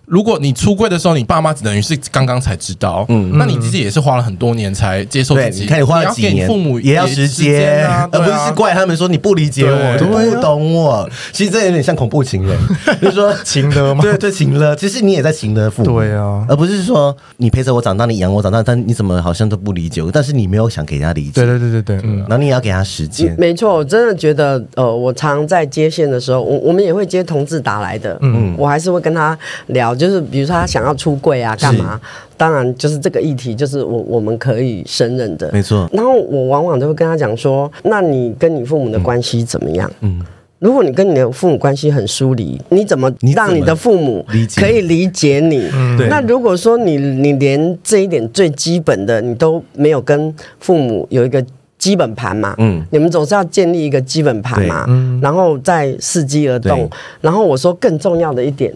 如果你出柜的时候，你爸妈等于是刚刚才知道，嗯，那你自己也是花了很多年才接受对，自己。你看你花了要几给你年，父母也要时时间啊，，而对不啊是怪他们说你不理解我，对你不懂我。其实这有点像恐怖情人，就是说情勒吗对对，情勒，其实你也在情勒父母，对啊而不是说你陪着我长大，你养我长大，但你怎么好像都不理解我？但是你没有想给他理解，对对对对对，嗯然，后你也要给他时间，没错，我真的觉得，呃，我常在接线的时候，我我们也会接同志打来的，嗯，我还是会跟他聊，就是比如说他想要出柜啊，干嘛？当然，就是这个议题，就是我我们可以胜任的，没错。然后我往往都会跟他讲说，那你跟你父母的关系怎么样？嗯。如果你跟你的父母关系很疏离，你怎么你怎么让你的父母理解可以理解你？对那如果说你你连这一点最基本的你都没有跟父母有一个基本盘嘛，嗯你们总是要建立一个基本盘嘛，然后再伺机而动对。然后我说更重要的一点，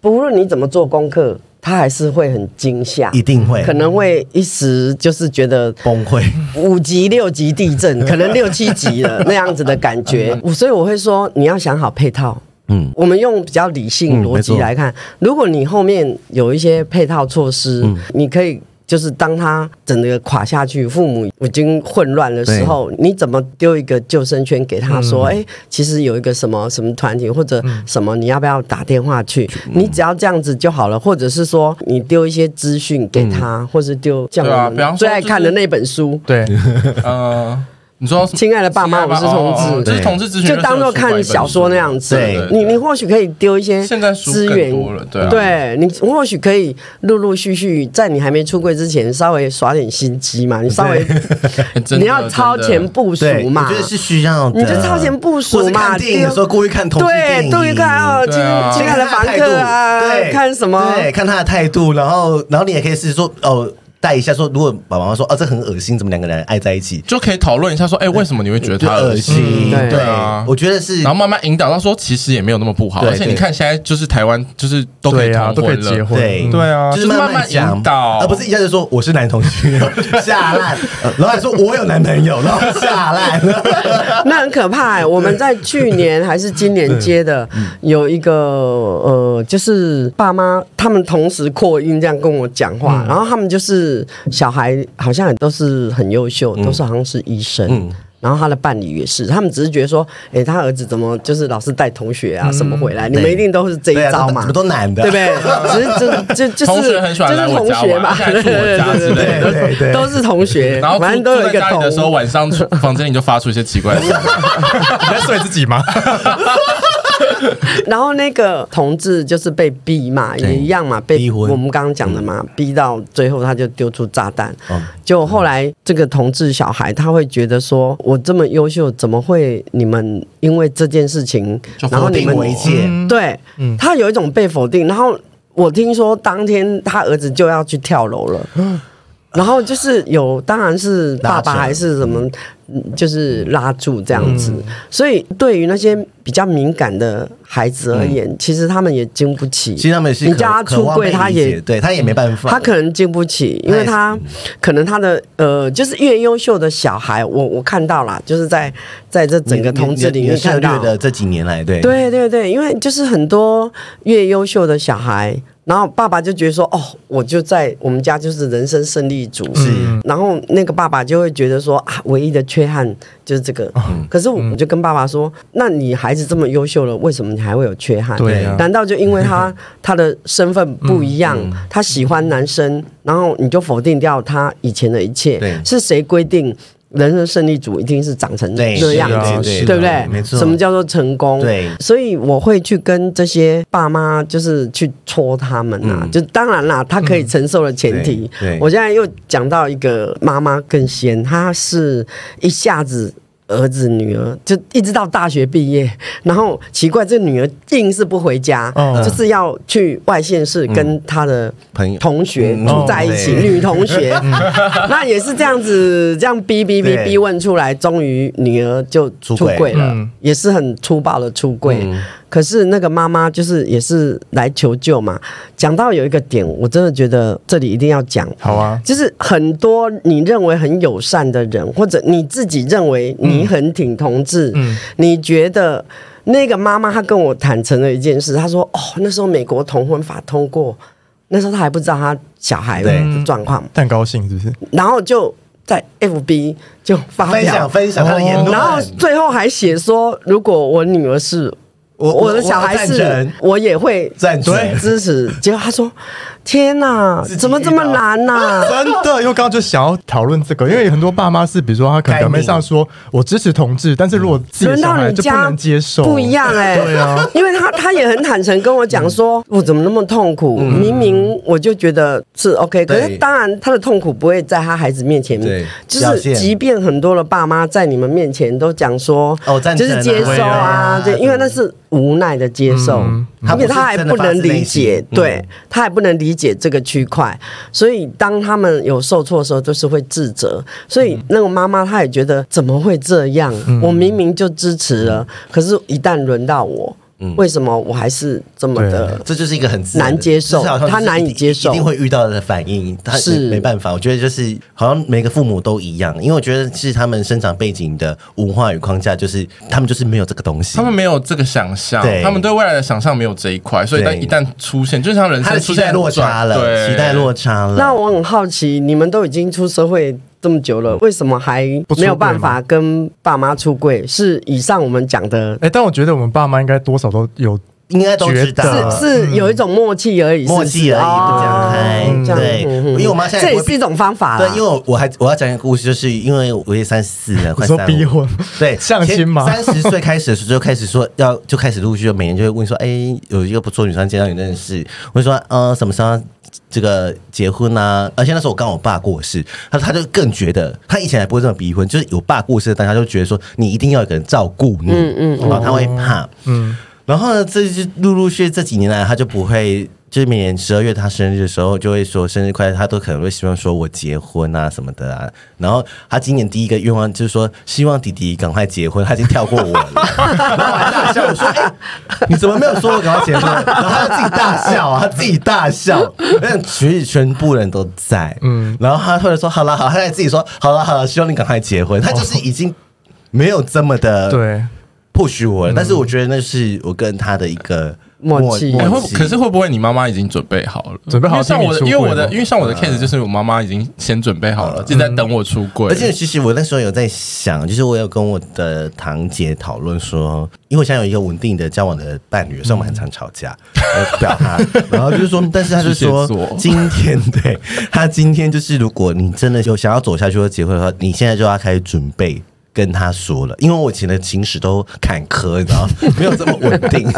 不论你怎么做功课，他还是会很惊吓，一定会可能会一时就是觉得崩溃。五级、六级 地震，可能六七级了那样子的感觉。我所以我会说，你要想好配套。嗯，我们用比较理嗯性逻辑没错嗯来看，如果你后面有一些配套措施，你可以。就是当他整个垮下去，父母已经混乱的时候，你怎么丢一个救生圈给他说？哎、嗯其实有一个什么什么团体或者什么，你要不要打电话去？嗯你只要这样子就好了，或者是说你丢一些资讯给他，嗯或是丢像对啊我比方说们最爱看的就是那本书，对， 呃，你说什么亲爱的爸妈亲爱的我是同志哦哦就是对同志咨询，就当做看小说那样子对。你你或许可以丢一些现在书资源更多了对啊你或许可以陆陆续续在你还没出柜之前，稍微耍点心机嘛，你稍微 哎真的你要超前部 署对，我嘛觉。得是需要的，你就超前部署或是嘛看电影的时候故意看同性电对，影，杜宇看哦，亲对啊亲爱的房客啊看他的态度，对，看什么？对，看他的态度，然后然后你也可以试说哦。带一下说，如果爸爸妈妈说哦，这很恶心，怎么两个人爱在一起就可以讨论一下说，哎，为什么你会觉得就他恶嗯心？对对啊我觉得是然后慢慢引导到说，其实也没有那么不好，对而且你对看现在就是台湾就是都可以对啊，同都可以婚结了，婚，对嗯对 啊，就是慢慢引讲导，而不是一下就说我是男同性恋，下烂，呃然后还说我有男朋友，然后下烂， 那很可怕、欸。我们在去年还是今年接的，嗯有一个呃，就是爸妈他们同时扩音这样跟我讲话，嗯然后他们就是小孩好像也都是很优秀，嗯都是好像是医生。然后他的伴侣也是，他们只是觉得说，哎，他儿子怎么就是老是带同学嗯啊什么回来？你们对一定都是这对一啊招嘛，怎么都男的，对 不对？只是就就就同就学是很喜欢就是来我同家学嘛，玩现在住我家之类的对对 对都是同学，然后反正住都有住一在个家里同的时候，晚上 出房间里就发出一些奇怪的声音，你在说你自己 吗？然后那个同志就是被逼嘛，对也一样嘛，被逼婚嗯我们刚刚讲的嘛，逼到最后他就丢出炸弹。哦就后来这个同志小孩他会觉得说，我这么优秀，怎么会你们因为这件事情就，然后否你定们嗯为戒，对，嗯他有一种被否定。然后我听说当天他儿子就要去跳楼了，然后就是有，当然是爸拉扯爸嗯还是什么，嗯就是拉住这样子。所以对于那些比较敏感的孩子而言，其实他们也经不起。嗯其实他们是你渴叫他渴出望柜，被他理也解哎对他也没办法，他可能经不起，因为他可能他的呃，就是越优秀的小孩，我我看到了，就是在在这整个你同志里你面你涉看到略，的这几年来，对，对对对，因为就是很多越优秀的小孩，然后爸爸就觉得说，哦，我就在我们家就是人生胜利组，是然后那个爸爸就会觉得说啊，唯一的缺憾就是这个。嗯可是我我就跟爸爸说，那你孩子这么优秀了，为什么你还会有缺憾？对啊难道就因为 他他的身份不一样，嗯他喜欢男生，然后你就否定掉他以前的一切对？是谁规定人生胜利组一定是长成对这样是啊子？是啊对不对？没错什么叫做成功？对所以我会去跟这些爸妈，就是去戳他们啊。嗯就当然啦，他可以承受的前提。对对我现在又讲到一个妈妈更先，她是一下子。儿子、女儿就一直到大学毕业，然后奇怪，这女儿硬是不回家，哦就是要去外县市跟她的朋友同学嗯住在一起，哦对女 同学，那也是这样子，这样逼逼逼对逼问出来，终于女儿就出出轨轨了，嗯也是很粗暴的出轨。可是那个妈妈就是也是来求救嘛。讲到有一个点，我真的觉得这里一定要讲，好啊，就是很多你认为很友善的人，或者你自己认为你很挺同志，嗯你觉得那个妈妈她跟我坦诚了一件事，她说：“哦，那时候美国同婚法通过，那时候她还不知道她小孩的对状况，但高兴是不是？然后就在 FB 就发分享表，哦分享他的言论，然后最后还写说，如果我女儿是我我的小孩我赞是成，我也会赞成支持。结果他说：“天哪，自己怎么这么难啊呐、真的，因为刚刚就想要讨论这个，因为很多爸妈是，比如说他可能表面上说我支持同志，但是如果自己的轮小到孩你就不家能接受，不一样哎、对啊，因为他他也很坦诚跟我讲说，嗯我怎么那么痛苦？明明我就觉得是 OK，可对是当然他的痛苦不会在他孩子面前对，就表是现即便很多的爸妈在你们面前都讲说哦赞，就成啊是接受啊，对啊对，因为那是无奈的接受嗯，他而且不是他还真的不发能自内理解心，嗯对他还不能理解这个区块，所以当他们有受挫的时候，就是会自责。所以那个妈妈她也觉得怎么会这样？嗯我明明就支持了，可是一旦轮到我，嗯为什么我还是这么的？这就是一个很自然的难接受就是好像他难以接受一定会遇到的反应，他是没办法。我觉得就是好像每个父母都一样，因为我觉得是他们生长背景的文化与框架，就是他们就是没有这个东西他。们没有这个想象对，他们对未来的想象没有这一块，所以对但一旦出现，就像人他生的出期现待落差了，对，期待落差了。那我很好奇，你们都已经出社会这么久嗯了，为什么还不出柜吗没有办法跟爸妈出柜？是以上我们讲的，哎，但我觉得我们爸妈应该多少都有应该都知觉道得，是有一种默契而已，啊嗯默契而已，不讲是不是开。哦对，这样嗯因为我妈现在这也会是一种方法啦对，因为我我还我要讲一个故事，就是因为我也三十四 了，快说三逼婚 对，相亲吗三十岁开始的时候就开始说要，就开始陆续就每年就会问说，哎、有一个不错女生介绍你认识，我就说，呃，什么时候这个结婚啊？而且那时候我刚好我爸过世，他他就更觉得他以前还不会这么逼婚，就是有爸过世，但他就觉得说你一定要有个人照顾你，嗯嗯，然后他会怕，嗯然后呢，这就陆陆续续这几年来，他就不会，就是每年十二月他生日的时候，就会说生日快乐，他都可能会希望说我结婚啊什么的啊。然后他今年第一个愿望就是说，希望弟弟赶快结婚，他已经跳过我了。然后我还大笑，我说：“哎、你怎么没有说我赶快结婚？”然后他就自己大笑啊，他自己大笑，但其实全部人都在，嗯。然后他突然说：“好了，好啦，他还自己说：‘好了，好了，希望你赶快结婚。’他就是已经没有这么的对，迫许嗯我了，但是我觉得那是我跟他的一个默契哎默会契。可是会不会你妈妈已经准备好了？准备好因为像我的，听你出因为柜我的，吗因为嗯像我的 case 就是我妈妈已经先准备好了，就在等我出柜。而且其实我那时候有在想，就是我有跟我的堂姐讨论说，因为我现在有一个稳定的交往的伴侣，所以我们很常吵 架，我表他，然后就是说，但是他就说巨蟹座，今天对他今天就是，如果你真的有想要走下去或结婚的话，你现在就要开始准备。跟他说了，因为我以前的情史都坎坷，你知道，没有这么稳 定。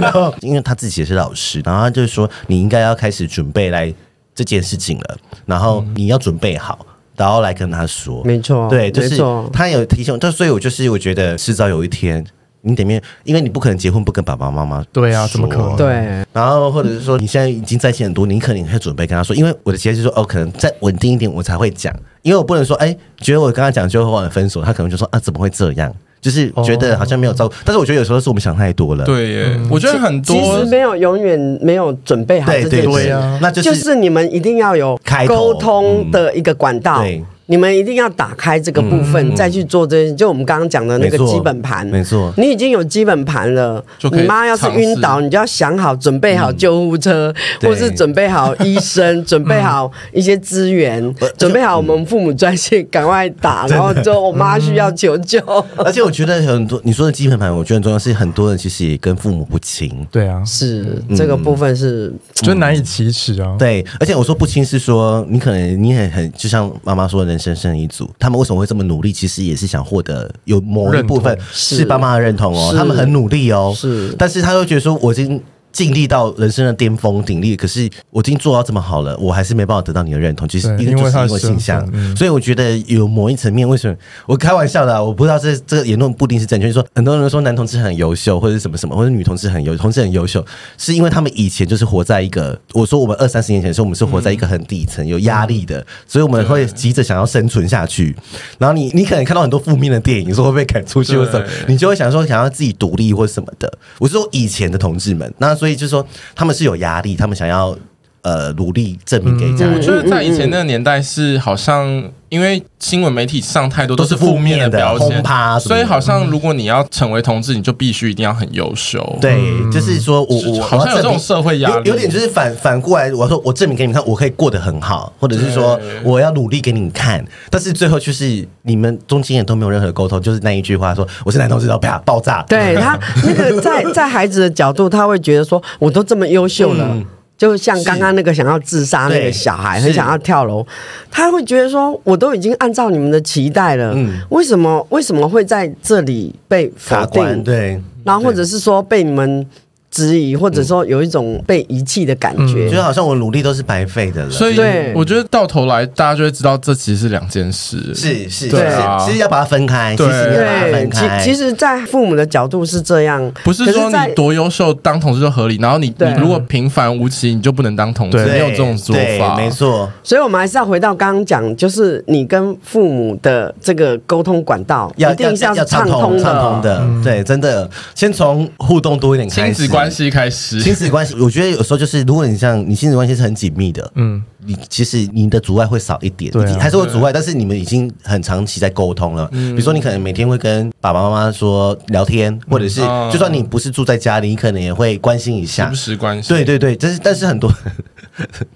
然后，因为他自己也是老师，然后他就说你应该要开始准备来这件事情了，然后你要准备好，然后来跟他说。没错对，就没是错他有提醒我，但所以我就是我觉得迟早有一天。你得面，因为你不可能结婚不跟爸爸妈妈。对啊怎么可能对。对，然后或者是说你现在已经在一起很多，你可能会准备跟他说，因为我的结论是说，哦，可能再稳定一点我才会讲，因为我不能说，哎，觉得我跟他讲就会晚分手，他可能就说啊，怎么会这样？就是觉得好像没有照顾，但是我觉得有时候是我们想太多了。对嗯耶，我觉得很其实多嗯没有永远没有准备好对这对件对事对啊，那就就是是你们一定要有开头沟通的一个管道嗯对。嗯你们一定要打开这个部分，再去做这些，就我们刚刚讲的那个没错基本盘，没错你已经有基本盘了就，可以你妈要是晕尝倒，试你就要想好准备好救护车，嗯对或是准备好医 生，准备好一些资源呃，准备好我们父母专嗯线，赶快 打，然后之后我妈需要求救。而且我觉得很多你说的基本盘，我觉得很重要，是很多人其实也跟父母不亲。对啊，是这嗯个部分是就难以启齿啊。对，而且我说不亲是说你可能你很很就像妈妈说的人生胜一组，他们为什么会这么努力？其实也是想获得有某一认同部分是是爸妈的认同哦，是他们很努力哦，是但是他又觉得说我已经。尽力到人生的巅峰顶力，可是我已经做到这么好了，我还是没办法得到你的认同，其实对因为因就为是他的因为身形象份，嗯所以我觉得有某一层面，为什么我开玩笑的、啊，我不知道这这个言论不一定是正确。就是说很多人说男同志很优秀，或者是什么什么，或者女同志很优，同志很优秀，是因为他们以前就是活在一个，我说我们二三十年前的时候，我们是活在一个很底层、有压力的，所以我们会急着想要生存下去。然后你你可能看到很多负面的电影，说会被赶出去或什么对，你就会想说想要自己独立或什么的。我是说以前的同志们，那所以就是说他们是有压力，他们想要。呃，努力证明给家我人觉得在以前那个年代是好像，因为新闻媒体上太多都都是是负负面面的的标轰签趴啊，什么的所以好像嗯如果你要成为同志，你就必须一定要很优秀。，对，就是说我我嗯好我像要有这证种明社会压有力，有点就是反反过来，我要说我证明给你们看，我可以过得很好，或者是说对我要努力给你们看，但是最后就是你们中间也都没有任何沟通，就是那一句话说我是男同志，然后啪爆炸，对 他那个在在孩子的角度，他会觉得说，我都这么优秀了。就像刚刚那个想要自杀那个小孩，嗯是很想要跳楼，他会觉得说：“我都已经按照你们的期待了，嗯为什么为什么会在这里被否卡关定？对，嗯然后或者是说被你们质疑，或者说有一种被遗弃的感觉。就好像我努力都是白费的了，所以对我觉得到头来大家就会知道，这其实是两件事。是是对啊是，其实要把它分开，其对实你要把它对分，开，其其实，在父母的角度是这样，不是可说在你多优秀当同志就合理，然后你对你如果平凡无奇，你就不能当同志，对没有这种说对法。没错，所以，我们还是要回到刚刚讲，就是你跟父母的这个沟通管道，要一定是要是要畅通嗯畅通。的，对，真的，先从互动多一点开亲始，子关系开始，亲子关系，我觉得有时候就是，如果你像你亲子关系是很紧密的，嗯，你其实你的阻碍会少一点，对啊你还是会有阻碍，但是你们已经很长期在沟通了。比如说，你可能每天会跟爸爸妈妈说聊天，或者是嗯就算你不是住在家里，你可能也会关心一时下不。时关系，对对对，但是但是很多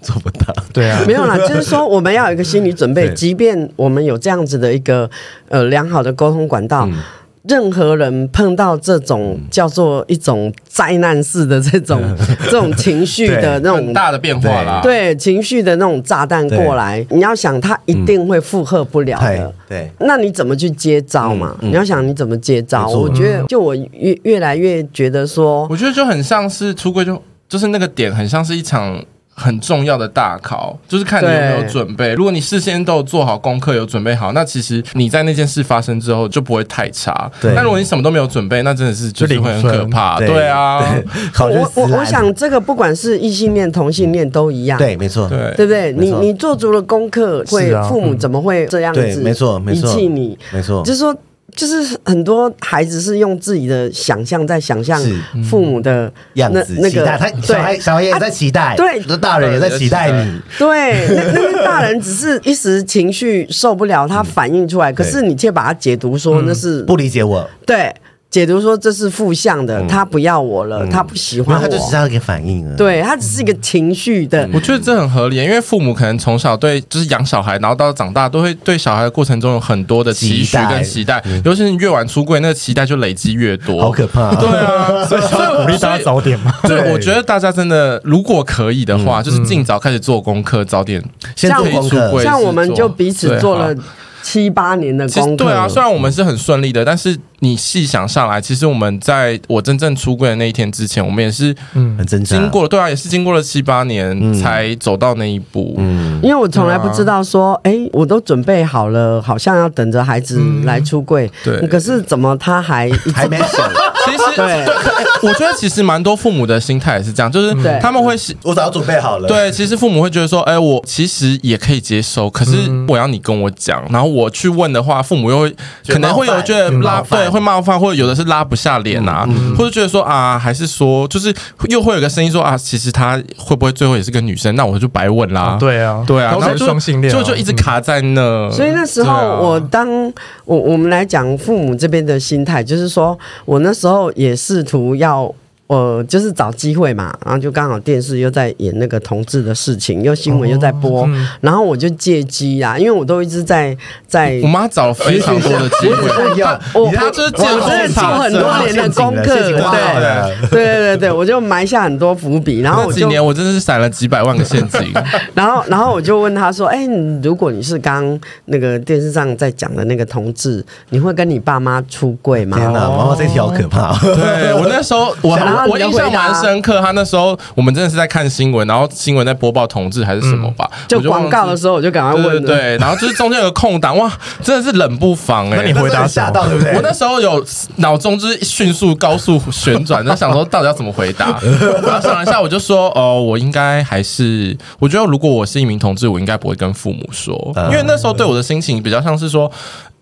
做不到，对啊， 没有啦，就是说我们要有一个心理准备，对即便我们有这样子的一个呃良好的沟通管道。嗯任何人碰到这种叫做一种灾难式的这 种这种情绪的那很种大的变化啊啦。对情绪的那种炸弹过来，你要想他一定会负荷不了嗯对的。哎对，那你怎么去接招嘛？嗯嗯你要想你怎么接招。没错我觉得，就我越越来越觉得说，我觉得就很像是出柜就，就是那个点，很像是一场很重要的大考，就是看你有没有对准备。如果你事先都有做好功课，有准备好，那其实你在那件事发生之后就不会太差。对但如果你什么都没有准备，那真的是就是会很可怕。就零分对啊，考我试我我想这个不管是异性恋、同性恋都一样。。对，没错，对对不对？没你错嗯你做足了功课，会是啊父母怎么会这样子？对没错没错遗弃你，没错就，是说，就是很多孩子是用自己的想象在想象是嗯父母的样那子那期待个他小孩小孩也在期待，对大人也在期待你，对，那那些大人只是一时情绪受不了，他嗯反应出来，可是你却把它解读说那是不理解我，对，解读说这是负向嗯的，他不要我了，他不喜然欢后他就只是我，要给反应啊了，对他只是一个情绪的。我觉得这很合理，因为父母可能从小对就是养小孩，然后到长大都会对小孩的过程中有很多的期期许待跟期待，尤其是你越晚出柜，那个期待就累积越多。好可怕、对啊，所以所以鼓励大家早点嘛。对，我觉得大家真的如果可以的话，就是尽早开始做功课，早点先做像功出课柜，像我们就彼此做了对七八年的其功实课，对啊，虽然我们是很顺利的，但是你细想上来，其实我们在我真正出柜的那一天之前，我们也是很挣扎。经过了，对啊，也是经过了七八年才走到那一步。嗯，因为我从来不知道说，哎、我都准备好了，好像要等着孩子来出柜，嗯对可是怎么他还一 直还没手，其实对， 我觉得其实蛮多父母的心态也是这样，就是对他们会是我早就准备好了。，对，其实父母会觉得说，哎、我其实也可以接受，可是我要你跟我讲，然后我去问的话，父母又会觉得可能会有冒犯觉得冒拉犯对会冒犯，或者有的是拉不下脸啊，或者觉得说啊，还是说就是又会有个声音说啊，其实他会不会最后也是个女生，那我就白问啦，对啊，对啊，都然后是就双性恋啊，就就一直卡在那，所以那时候对啊我当我我们来讲父母这边的心态，就是说我那时候也试图要。呃，就是找机会嘛，然后就刚好电视又在演那个同志的事情，又新闻又在播，嗯然后我就借机啦，因为我都一直在在我妈找了非常多的机会。不一样，我你在她就是见我真的缝做插很针多年的功课，陷阱了对对对对对，我就埋下很多伏笔，然后那我几就年我真的是闪了几百万个陷阱，然后，然后我就问他说：“哎、你如果你是刚那个电视上在讲的那个同志，你会跟你爸妈出柜吗？”天哪，妈妈这条可怕。 对我那时候，我然后我你的印回象答蛮深刻。他那时候我们真的是在看新闻，然后新闻在播报同志还是什么吧，嗯就广告的时候。候我就赶快对对问了，对，然后就是中间有个空档，哇，真的是冷不防哎、那你回答什吓么到对不对？我那时候有脑中就是迅速高速旋转，就想说到底要怎么回 答。然后想了一下，我就说，哦、我应该还是，我觉得如果我是一名同志，我应该不会跟父母说，嗯因为那时候对我的心情比较像是说。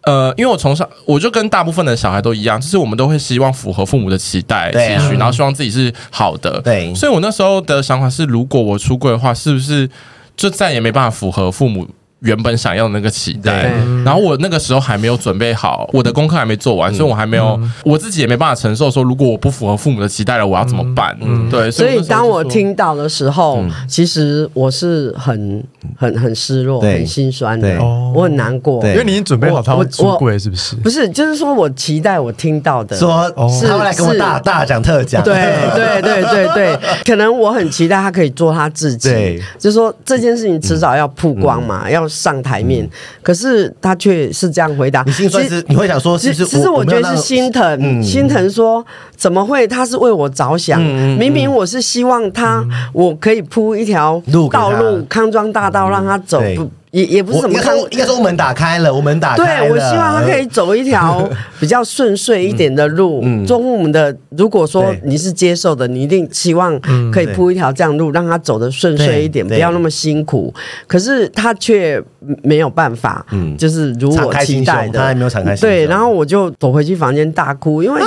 呃，因为我从小我就跟大部分的小孩都一样，就是我们都会希望符合父母的期待、对啊期许，然后希望自己是好的。对所以我那时候的想法是，如果我出柜的话，是不是就再也没办法符合父母原本想要的那个期待？对然后我那个时候还没有准备好，我的功课还没做嗯完，所以我还没有，嗯我自己也没办法承受说，如果我不符合父母的期待了，我要怎么办？嗯对，所以那时候就当我说嗯听到的时候，其实我是很很很失落、对很心酸的对，哦我很难过。欸对因为你已经准备好他我会我出轨，是不是？不是，就是说我期待我听到的， 说是他会来跟我大哦是大讲特讲， 对对对对对，可能我很期待他可以做他自己对，嗯就说这件事情迟早要曝光嘛，要上台面。可是他却是这样回答，你心酸其是实你会想说，是其不是实，其实我觉得是心疼，嗯心疼说怎么会他是为我着想？嗯明明我是希望他，我可以铺一条路给他嗯道路，康庄大道让他走对，不也也不我是什应么该康说，应该说我们打开了，我们打开了。对，我希望他可以走 一条比较顺遂一点的路。做父母的，如果说嗯对嗯你是接受的，你一定希望可以对铺一条这样路，让他走得顺遂一对点，不对要那么辛苦。可是他却没有办法，就是如嗯敞我开期心待胸，的，他还没有敞开心胸。对，然后我就躲回去房间大 哭，因为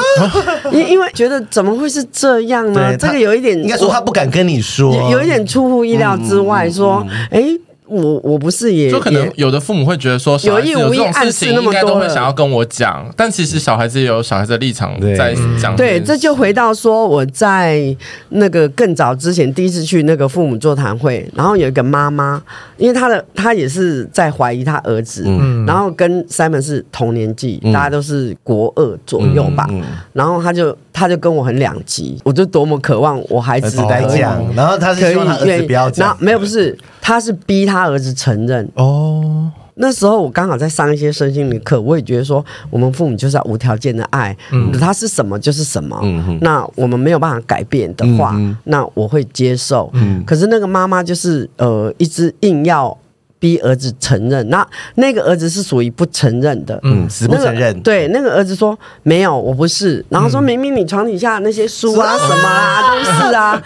因因为觉得怎么会是这样呢？对这他个有一点，应该说他不嗯敢跟你说，有有一点出乎意料之外，说哎。诶我我不是也就可能也有的父母会觉得说，小孩子有意有这无意种暗事示情那应么该多都会了想要跟我讲，但其实小孩子也有小孩子的立场对嗯在讲件事。对，这就回到说我在那个更早之前第一次去那个父母座谈会，然后有一个妈妈，因为她的她也是在怀疑她儿子，然后跟 Simon 是同年纪，大家都是国二左右吧，嗯然后他就他就跟我很两极，我就多么渴望我孩儿子子来可以讲，然后他是可希望他以儿愿子意不要，然后讲，没有不是，他是逼他儿子承认，哦，那时候我刚好在上一些身心灵课，我也觉得说，我们父母就是要无条件的爱，他是什么就是什么。那我们没有办法改变的话，那我会接受。可是那个妈妈就是呃，一直硬要逼儿子承认，那那个儿子是属于不承认的。嗯，死不那个承认，对，那个儿子说没有，我不是。然后说明明你床底下那些书啊、什么啊都是啊。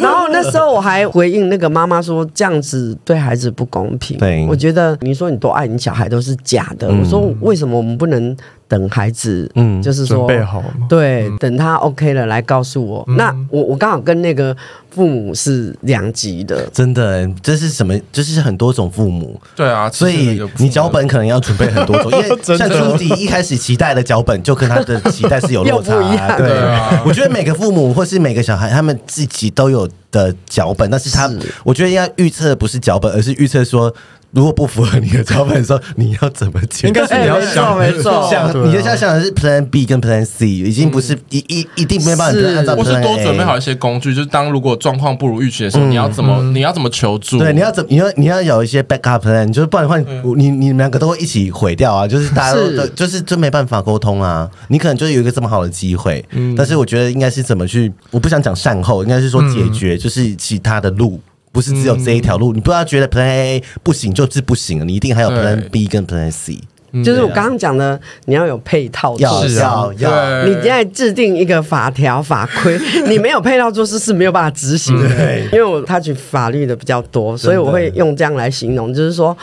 然后那时候我还回应那个妈妈说，这样子对孩子不公平。对我觉得你说你多爱你小孩都是假的。我说为什么我们不能等孩子？嗯，就是准说备好吗？对，等他 OK 了来告诉我。那我我刚好跟那个父母是两极的。真的，这是什么？这是很多种父母，对啊，其实所以那个父你母脚本可能要准备很多种，因为真的像朱迪一开始期待的脚本就跟他的期待是有落差、又不一样对啊我觉得每个父母或是每个小孩，他们自己都有的脚本，但是他我觉得要预测不是脚本，而是预测说。如果不符合你的脚本的时候，你要怎么解决？应该是你要想哎没错没错想对啊你就要想的是 Plan B 跟 Plan C，已经不是一一一定没办法是按照 Plan 或是多 A 准备好一些工具，就是当如果状况不如预期的时候，你要怎么嗯你要怎么求助？嗯对，你要怎你要你要有一些 backup plan，就是不然的话，你你们两个都会一起毁掉啊！就是大家都是都就是真没办法沟通啊。你可能就是有一个这么好的机会，但是我觉得应该是怎么去，我不想讲善后，应该是说解决，就是其他的路。不是只有这一条路，你不要觉得 Plan A 不行就是不行了，你一定还有对 Plan B 跟 Plan C。就是我刚刚讲的，你要有配套要措是施。啊要要，对你现在制定一个法条法规，你没有配套措施是没有办法执行的。对因为我他举法律的比较多，所以我会用这样来形容，就是说，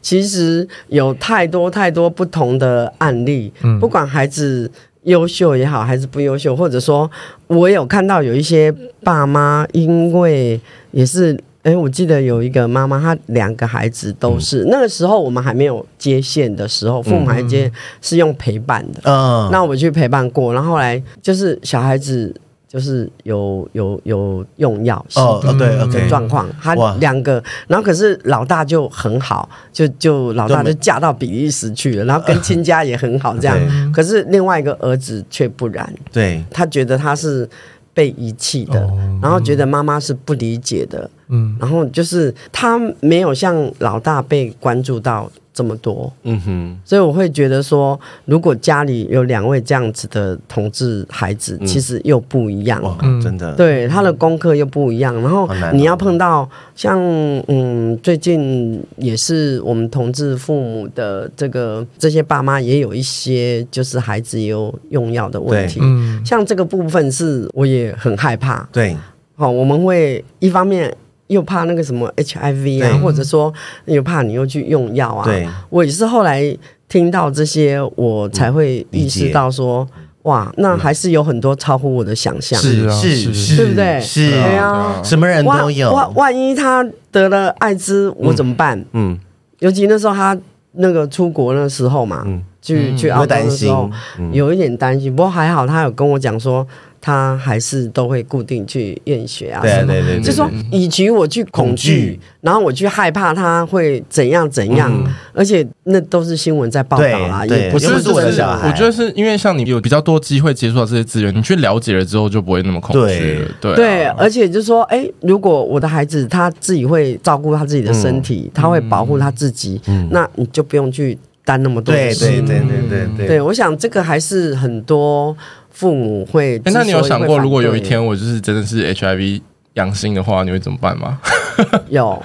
其实有太多太多不同的案例，不管孩子。优秀也好，还是不优秀，或者说，我有看到有一些爸妈，因为也是，哎、我记得有一个妈妈，她两个孩子都是、那个时候我们还没有接线的时候，父母还接、是用陪伴的，嗯，那我去陪伴过，然后后来就是小孩子就是有有有用药哦哦对的 OK，状况，他哇两个，然后可是老大就很好，就就老大就没就嫁到比利时去了，然后跟亲家也很好这 样对，可是另外一个儿子却不然，对，他觉得他是被遗弃的，哦然后觉得妈妈是不理解的，嗯，然后就是他没有像老大被关注到这么多，嗯哼，所以我会觉得说，如果家里有两位这样子的同志孩子，其实又不一样。嗯哇，嗯真的，对他的功课又不一样，然后好难哦你要碰到像嗯，最近也是我们同志父母的这个这些爸妈也有一些，就是孩子也有用药的问题，嗯像这个部分是我也很害怕，对好、我们会一方面又怕那个什么 HIV 对啊，或者说又怕你又去用药啊。对，我也是后来听到这些，我才会意识到说，哇，那还是有很多超乎我的想象。是啊是是是，对不对是，对啊什么人万都有，万万一他得了艾滋，我怎么办？嗯，尤其那时候他那个出国那时候嘛，嗯去去会澳洲担的时心嗯候，，有一点担心。不过还好，他有跟我讲说，他还是都会固定去验血啊对什啊么对对对，就说对以及我去恐恐惧嗯惧，然后我去害怕他会怎样怎样，而且那都是新闻在报道啦，对也对不又是不是我的真小孩啊我觉得是因为像你有比较多机会接触到这些资源，你去了解了之后就不会那么恐惧了。对对，啊而且就说，哎，如果我的孩子他自己会照顾他自己的身嗯体，他会保护他自己，那你就不用去担那么多的对事。对对对对对嗯对，我想这个还是很多父母会。哎那你有之所以想啊会过，反如果有一对天我就是真的是 HIV 阳性的话，你会怎么办吗？有，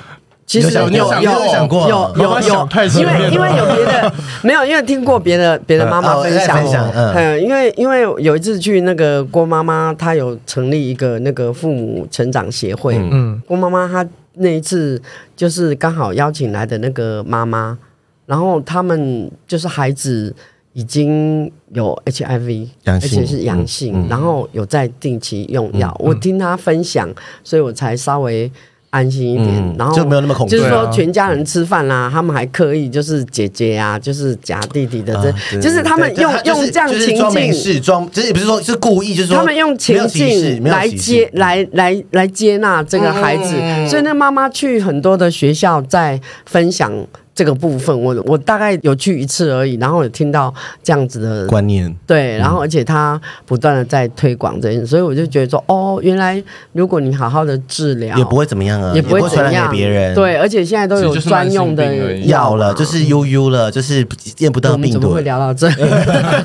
其实有有你有想有过想过有妈妈有想有太，前因为面因为有别 的没有，因为听过别的别的妈呃妈哦分享分享我，嗯嗯，因为因为有一次去那个郭妈妈，她有成立一个那个父母成长协会，嗯郭妈妈她那一次就是刚好邀请来的那个妈妈，然后他们就是孩子。已经有 HIV，阳而性嗯且是阳性，然后有在定期用药。我听她分享，所以我才稍微安心一点。嗯然后就没有那么恐惧嗯就是对说啊全家人吃饭啦，他们还刻意就是姐姐啊，就是夹弟弟的啊这，对就是他们对用他就是用这样就是情装没境。事，装就是也不是说是故意，就是说他们用没情有歧视境没有来歧视嗯接来来来接纳这个孩子，所以那妈妈去很多的学校在分享这个部分。我我大概有去一次而已，然后有听到这样子的嗯观念，对，然后而且他不断的在推广这件事，所以我就觉得说，哦，原来如果你好好的治疗，也不会怎么样啊，也也不会传怎染样给别人，对，，而且现在都其实有就是专用慢性病而的已药了嘛就是悠悠了，就是验不我到们病怎么毒会，聊到这里？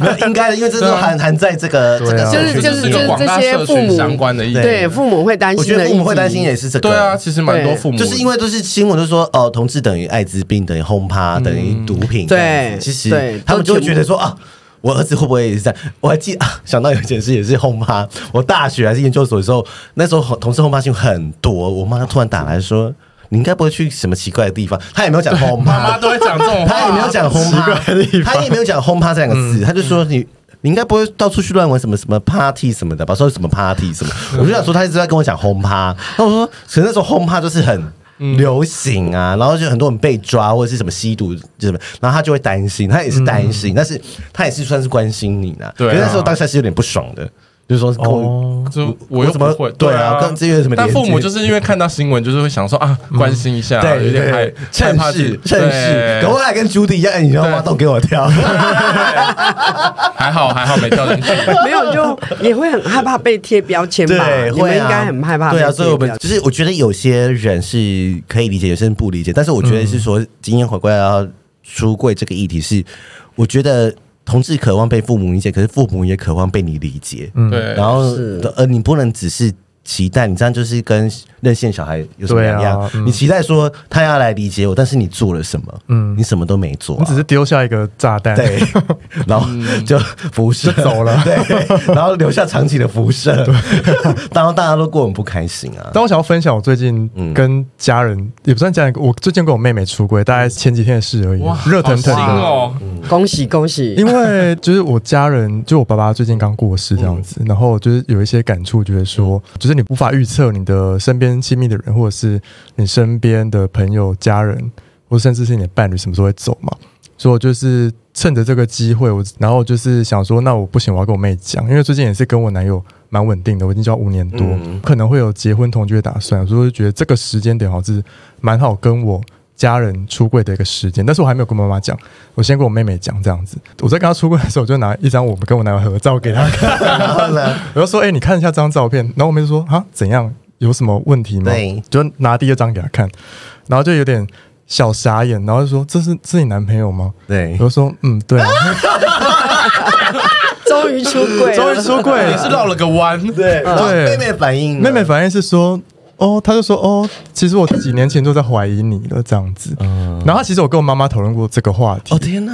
没有应该的，因为这对都啊含含在这个这对个啊社就是群就是里一个面广大这些社群父母相关的意见。对，父母会担我心觉的，得父母会担心也。是这个，对啊，其实蛮多父母就是因为都是新闻都说哦，同志等于艾滋病，等于轰趴，等于毒品这样子。对其对实他们就会觉得说啊。我儿子会不会也是这样？我还记 啊，想到有一件事也是轰趴。我大学还是研究所的时候，那时候同事轰趴新闻很多，我妈突然打来说：“你应该不会去什么奇怪的地方。”她也没有讲轰趴，妈妈都会讲这种 话，他也没有讲轰趴，他也没有讲轰趴这两个嗯字，他就说你。你应该不会到处去乱玩什么什么 party 什么的吧？说什么 party 什么，我就想说他一直在跟我讲轰趴，那我说可是那时候轰趴就是很嗯流行啊，然后就很多人被抓或者是什么吸毒就什么，然后他就会担心，他也是担心，但是他也是算是关心你呢。嗯对啊可是那时候当下是有点不爽的，就是说哦我就我我又怎么不会，对啊跟这个有什么但连父母接就是因为看到新闻，就是会想说啊，嗯关心一下，对有点害对害趁怕自己势趁势，对可我还跟朱迪一样，哎你要挖洞给我跳。啊还好还好没跳 进去。 没有，就也会很害怕被贴标签吧？对，你们会啊应该很害怕被对贴标啊，签。所以我们就是我觉得有些人是可以理解，有些人不理解。但是我觉得是说，嗯今天回归到出柜这个议题是，我觉得同志渴望被父母理解，可是父母也渴望被你理解。嗯，对，然后是呃，你不能只是期待，你这样就是跟热线小孩有什么对两啊样？嗯你期待说他要来理解我，但是你做了什么？嗯嗯，你什么都没做、啊，你只是丢下一个炸弹，对， 然后就辐射就走了 对，然后留下长期的辐射，然后大家都过得很不开心啊。但我想要分享我最近嗯跟家人，也不算家人，我最近跟我妹妹出轨，大概前几天的事而已哇，，热腾腾好新的。哦，恭喜恭喜！因为就是我家人，就我爸爸最近刚过世这样子，然后就是有一些感触，觉得说，就是你无法预测你的身边亲密的人，或者是你身边的朋友、家人，或甚至是你的伴侣什么时候会走嘛。所以我就是趁着这个机会，我然后就是想说，那我不行，我要跟我妹讲，因为最近也是跟我男友蛮稳定的，我已经交往五年多，嗯可能会有结婚同居的打算，所以我就觉得这个时间点好像是蛮好跟我家人出柜的一个时间，但是我还没有跟妈妈讲，我先跟我妹妹讲这样子。我在跟她出柜的时候，我就拿一张我们跟我男友合照给她看，然后呢，我就说：“哎、你看一下这张照片。”然后我妹就说：“啊，怎样？有什么问题吗对？”就拿第二张给她看，然后就有点小傻眼，然后就说：“这是这是你男朋友吗？”对我，就说：“嗯，对、啊。”终于出柜 终于了，出柜了，你是绕了个弯，对，然后妹妹的反应呢，妹妹反应是说，哦，她就说，哦，其实我几年前就在怀疑你了，这样子。然后她其实我跟我妈妈讨论过这个话题，哦天哪，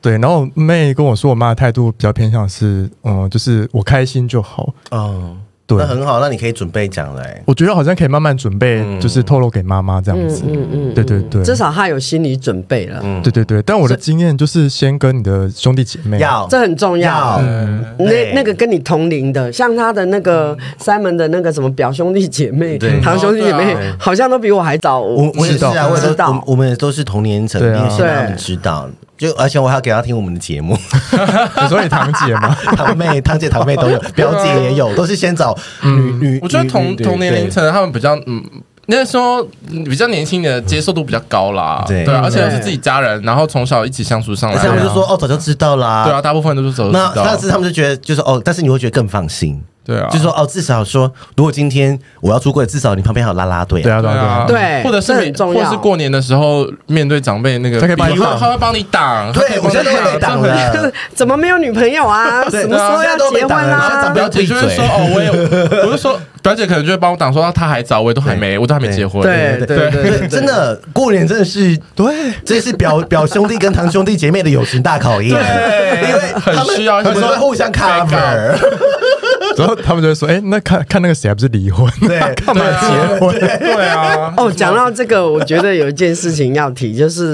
对，然后我妹跟我说，我妈的态度比较偏向是，嗯，就是我开心就好。哦，对那，很好，那你可以准备讲了、欸。我觉得好像可以慢慢准备，就是透露给妈妈这样子。嗯嗯对对对，至少他有心理准备了，嗯对对对。但我的经验就是先跟你的兄弟姐妹，要这很重要要。那对嗯那个跟你同龄的，像他的那个 Simon 的那个什么表兄弟姐妹、对堂兄弟姐哦妹对啊，好像都比我还早。我我也是知道啊，我也知都道我我们也都是同年层，对因啊为先让他们知道，就而且我还要给他听我们的节目， 你说你堂姐嘛，堂妹、堂姐、堂妹都有，表姐也有，都是先找女女。我觉得女同女对同年龄对层他们比较嗯。那时候嗯比较年轻的接受度比较高啦，对啊而且又是对自己家人，然后从小一起相处上而来，且他们就说哦，早就知道啦。啊对啊，，大部分都是走得那知道但是他们就觉得就是哦，但是你会觉得更放心，对啊，就是说哦，至少说如果今天我要出柜，至少你旁边还有拉拉队、对啊对对啊啊，对啊，对或者是这很你重或者要是过年的时候面对长辈那个，他可以帮你挡他会帮你挡，对他可以帮你我现在都被挡了这很怎么没有女朋友啊？对什么时候要结现在都被婚啊啦、挡了现在长辈表姐就会闭说嘴哦，我也，我就说表姐可能就会帮我挡，说她还早，我也都还没，我都还没结婚，对对对对对，真的过年真的是，对这是表表兄弟跟堂兄弟姐妹的友情大考验，对因为他很们需要他们会互相 cover， 然后他们就会说，哎，那看看那个谁还不是离婚？对干嘛 结婚？对 啊，哦，讲到这个，我觉得有一件事情要提，就是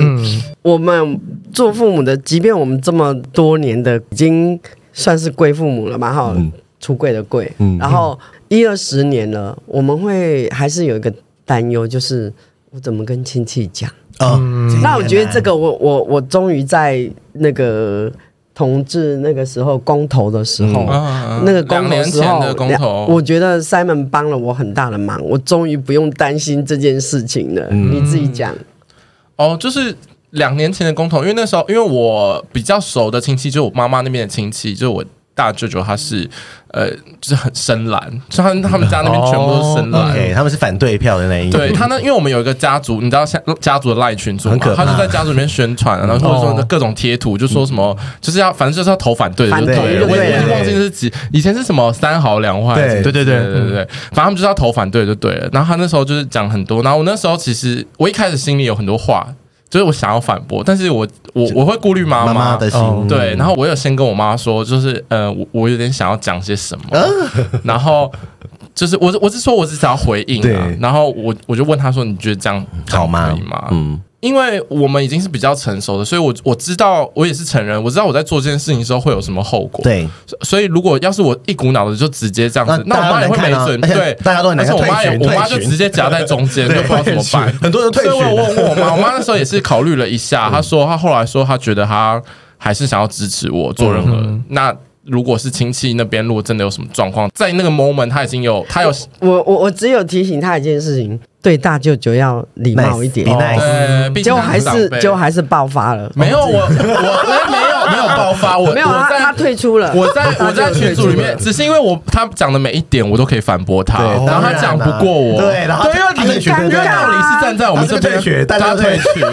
我们做父母的，即便我们这么多年的已经算是贵父母了嘛，哈、出柜的贵，嗯然后一二十年了，我们会还是有一个担忧，就是我怎么跟亲戚讲？哦，那我觉得这个我，我我终于在那个同志那个时候公投的时候，嗯那个公两投年时前候，的公两投，我觉得 Simon 帮了我很大的忙，我终于不用担心这件事情了。嗯你自己讲，哦，就是两年前的公投，因为那时候因为我比较熟的亲戚，就是我妈妈那边的亲戚，就是我大舅舅，他是呃，就是很深蓝，就他他们家那边全部都是深蓝。哦 OK，他们是反对票的那一对组他呢，因为我们有一个家族，你知道像家族的赖群组嘛很可怕他就在家族里面宣传，然后或者说各种贴图，就说什么就是要，反正就是要投反对的，反就对对了我对已经忘记是几，以前是什么三好两坏，对对对对对对对对，反正他们就是要投反对就对了。然后他那时候就是讲很多，然后我那时候其实我一开始心里有很多话，就是我想要反驳，但是我我我会顾虑妈妈妈的心哦，对，然后我有先跟我妈说，就是呃，我我有点想要讲些什么，啊 然后就是我我是说我只想要回应啊对，然后我我就问她说，你觉得这样好吗这样可以吗？？嗯，因为我们已经是比较成熟的，所以我我知道我也是成人，我知道我在做这件事情的时候会有什么后果。，对，所以如果要是我一股脑的就直接这样子，那大我家妈也很会难没看啊准，而且对，大家都很而难且看，我妈也退群我妈退就群直接夹在中间，就不知道怎么 办。很多人退所以我有群，问过我妈，我妈那时候也是考虑了一下，她说她后来说她觉得她还是想要支持我做任何。那如果是亲戚那边，如果真的有什么状况，在那个 moment 她已经有她有我我我只有提醒他一件事情：对大舅舅要礼貌一点。 Nice，be nice 呃，毕结竟果她还是长辈结果还是爆发了，没有我我哎没有没有爆发，我没有我他在他退出了，我在他我在就群组里面，退出了只是因为我他讲的每一点我都可以反驳他，对然后他当然啊讲不过我，对然后对，因为他退理群因为对对对哦道理是站在我们这边，他是退群大他家都退退群，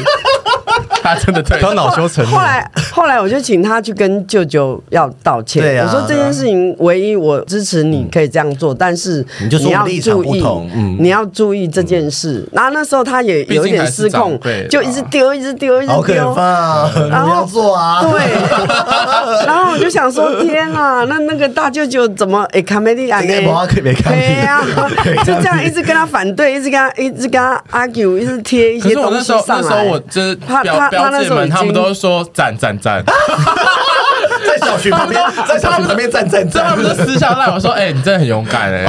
他真的退他恼羞成怒后。来，后来我就请他去跟舅舅要道歉。对啊嗯我说这件事情唯一我支持你可以这样做，但是你就说要我立场注不意同，嗯你要注意这件事。然后那时候他也有一点失控毕竟还是长辈啊啦，就一直丢，一直丢，一直好可丢怕、。啊！你然后要做啊？ 对，然后我就想说，天啊，那那个大舅舅怎么哎卡梅利亚应该没啊可以没抗议对呀， 就这样一直跟他反对，一直跟他一直跟他 argue，一直贴一可些是我东那西时候，那上时候来。我就是他表他他表那姐时候们，已他们经都说赞赞 赞，在小区旁边，在小区旁边站站这他站们。都私下赖我说，哎，你真的很勇敢哎，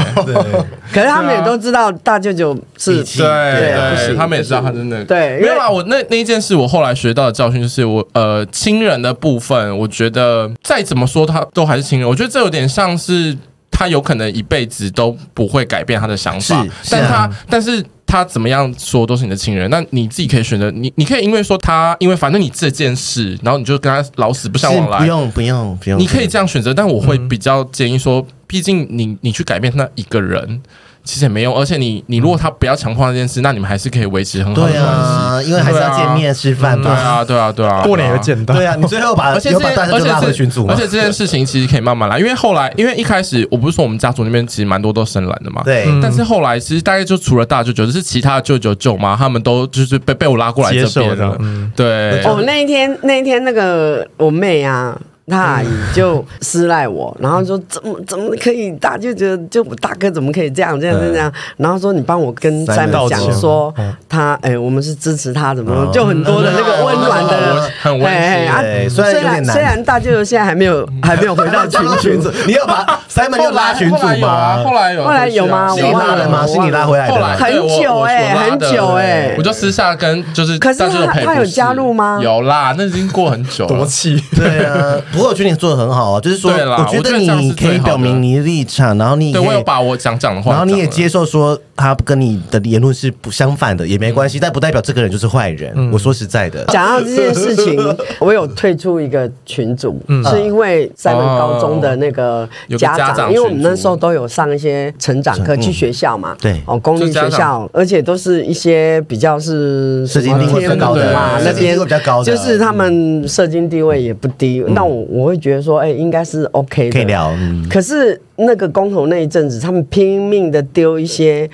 可是他们对啊也都知道大舅舅是脾气对对不对，行他们也不知道他行真的对因没有为啦。我那那一件事，我后来学到的教训就是我，呃亲人的部分，我觉得再怎么说他都还是亲人。我觉得这有点像是他有可能一辈子都不会改变他的想法，是但是他啊但是。他怎么样说都是你的亲人，那你自己可以选择，你你可以因为说他，因为反正你这件事，然后你就跟他老死不相往来，不用不用不用，你可以这样选择，但我会比较建议说，毕竟你你去改变那一个人，其实也没用。而且你你如果他不要强迫那件事，那你们还是可以维持很好的关对系。啊，因为还是要见面吃饭对嘛。啊，对啊，对啊，过年也对啊会。见到，对啊，你最后把而且有这把件，大家而都且拉回群这组，啊而嘛？且这件事情其实可以慢慢来，因为后来，因为一开始我不是说我们家族那边其实蛮多都生懒的嘛，。对，嗯但是后来其实大概就除了大舅舅，就是其他的舅舅舅妈，他们都就是被被我拉过来接这受边的了，，嗯，对，哦，那一天那一天那个我妹啊，她阿姨就私赖我，然后说怎么怎么可以大就觉得就我大哥怎么可以这样这样这样，然后说你帮我跟三詹人姆道讲歉说嗯他哎、我们是支持他怎么嗯就很多的那个温暖嗯的很温馨哎哎对啊虽然有虽点难然虽然大舅舅现在还没有还没有回到群拉组群。 组，你要把 Simon 后又来拉群组后来有啊，吗？后来有，后来有吗是是啊你我忘拉的了吗？我是你拉回来的后来吗？很对我久我欸我拉的很久欸我就私下跟就是，可是但有他赔不他有是加入吗有啦，那已经过很久多了。气，对啊，不过我觉得你做的很好啊，就是说，对啦我觉我觉得得这样是你可最以好表的明你的立场，然后你也对可我有以把我讲讲的话，然后你也讲了接受说他跟你的言论是不相反的，也没关系，但不代表这个人就是坏人。我说实在的， 讲到这件事情，我有退出一个群组，是因为三门高中的那个嗯哦有个家家长长，因为我们群组那时候都有上一些成长课，嗯去学校嘛，对哦，公立就家学长校，而且都是一些比较是社经地位比较天高母的嘛，对那社经地边位比较高的嗯就是他们社经地位也不低。那我我会觉得说，哎，应该是 OK 的，可以聊嗯可是那个公投那一阵子，他们拼命的丢一些。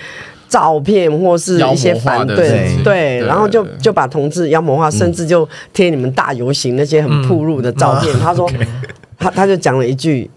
照片或是一些反妖魔化的事对情对，对然后就对就把同志妖魔化，甚至就贴你们大游行那些嗯很暴露的照片。他 说，他他就讲了一句。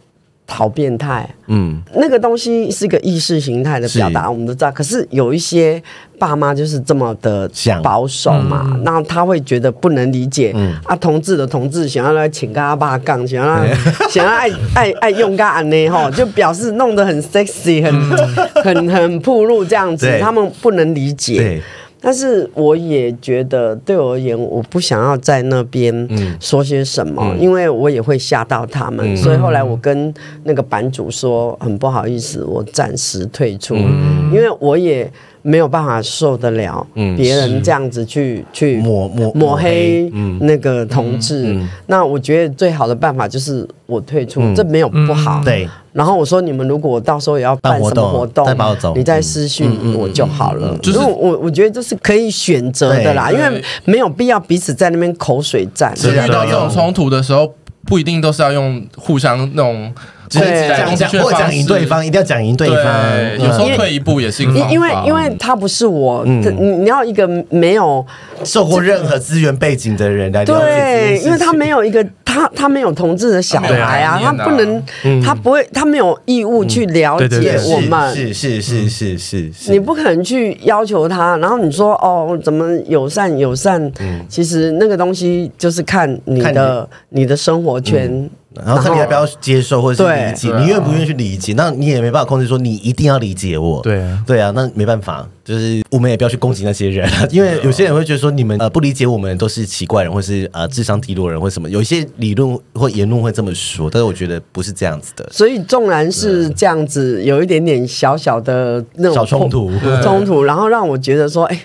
好变态！嗯，那个东西是个意识形态的表达，是我们都知道。可是有一些爸妈就是这么的想保守嗯嘛，那、他会觉得不能理解、啊，同志的同志想要来请跟阿爸杠，想要来哎 想要爱爱爱用个安呢吼，就表示弄得很 sexy，很很很铺路这样嗯子对，他们不能理解。对，但是我也觉得，对我而言，我不想要在那边嗯说些什么，因为我也会吓到他们。所以后来我跟那个版主说，很不好意思，我暂时退出，嗯因为我也没有办法受得了别人这样子去、去抹抹抹抹黑黑那个同志。嗯那我觉得最好的办法就是我退出，这没有不好。嗯对，然后我说，你们如果到时候也要办办活什动么活动，再把我找嗯你再私讯我就好了。就是因为我我觉得这是可以选择的啦，对因对为没有必要彼此在那边口水战。是是啊遇到这种冲突的时候，不一定都是要用互相那种只是对讲讲或讲赢对，方，一定要讲赢对对方。有时嗯候退一步也是一个方因法因为因为他不是我，这你你要一个没有嗯受过任何资源背景的人来了解这件对事，情因为他没有一个他他没有同志的小孩啊，他他没有不能他不会他没有义务去了对对解也对是我们，是是是是是是，你不可能去要求他，然后你说哦，怎么友善友善？其实那个东西就是看你看的你的生活圈，然后看你要不要接受或者是理解对，你愿不愿意去理解？那你也没办法控制说你一定要理解我。对啊对啊，那没办法，就是我们也不要去攻击那些人，啊因为有些人会觉得说你们呃不理解我们都是奇怪人，或是呃智商低落人或什么，有一些理论或言论会这么说，但是我觉得不是这样子的。所以纵然是这样子，有一点点小小的那种小冲突碰冲突，然后让我觉得说，哎、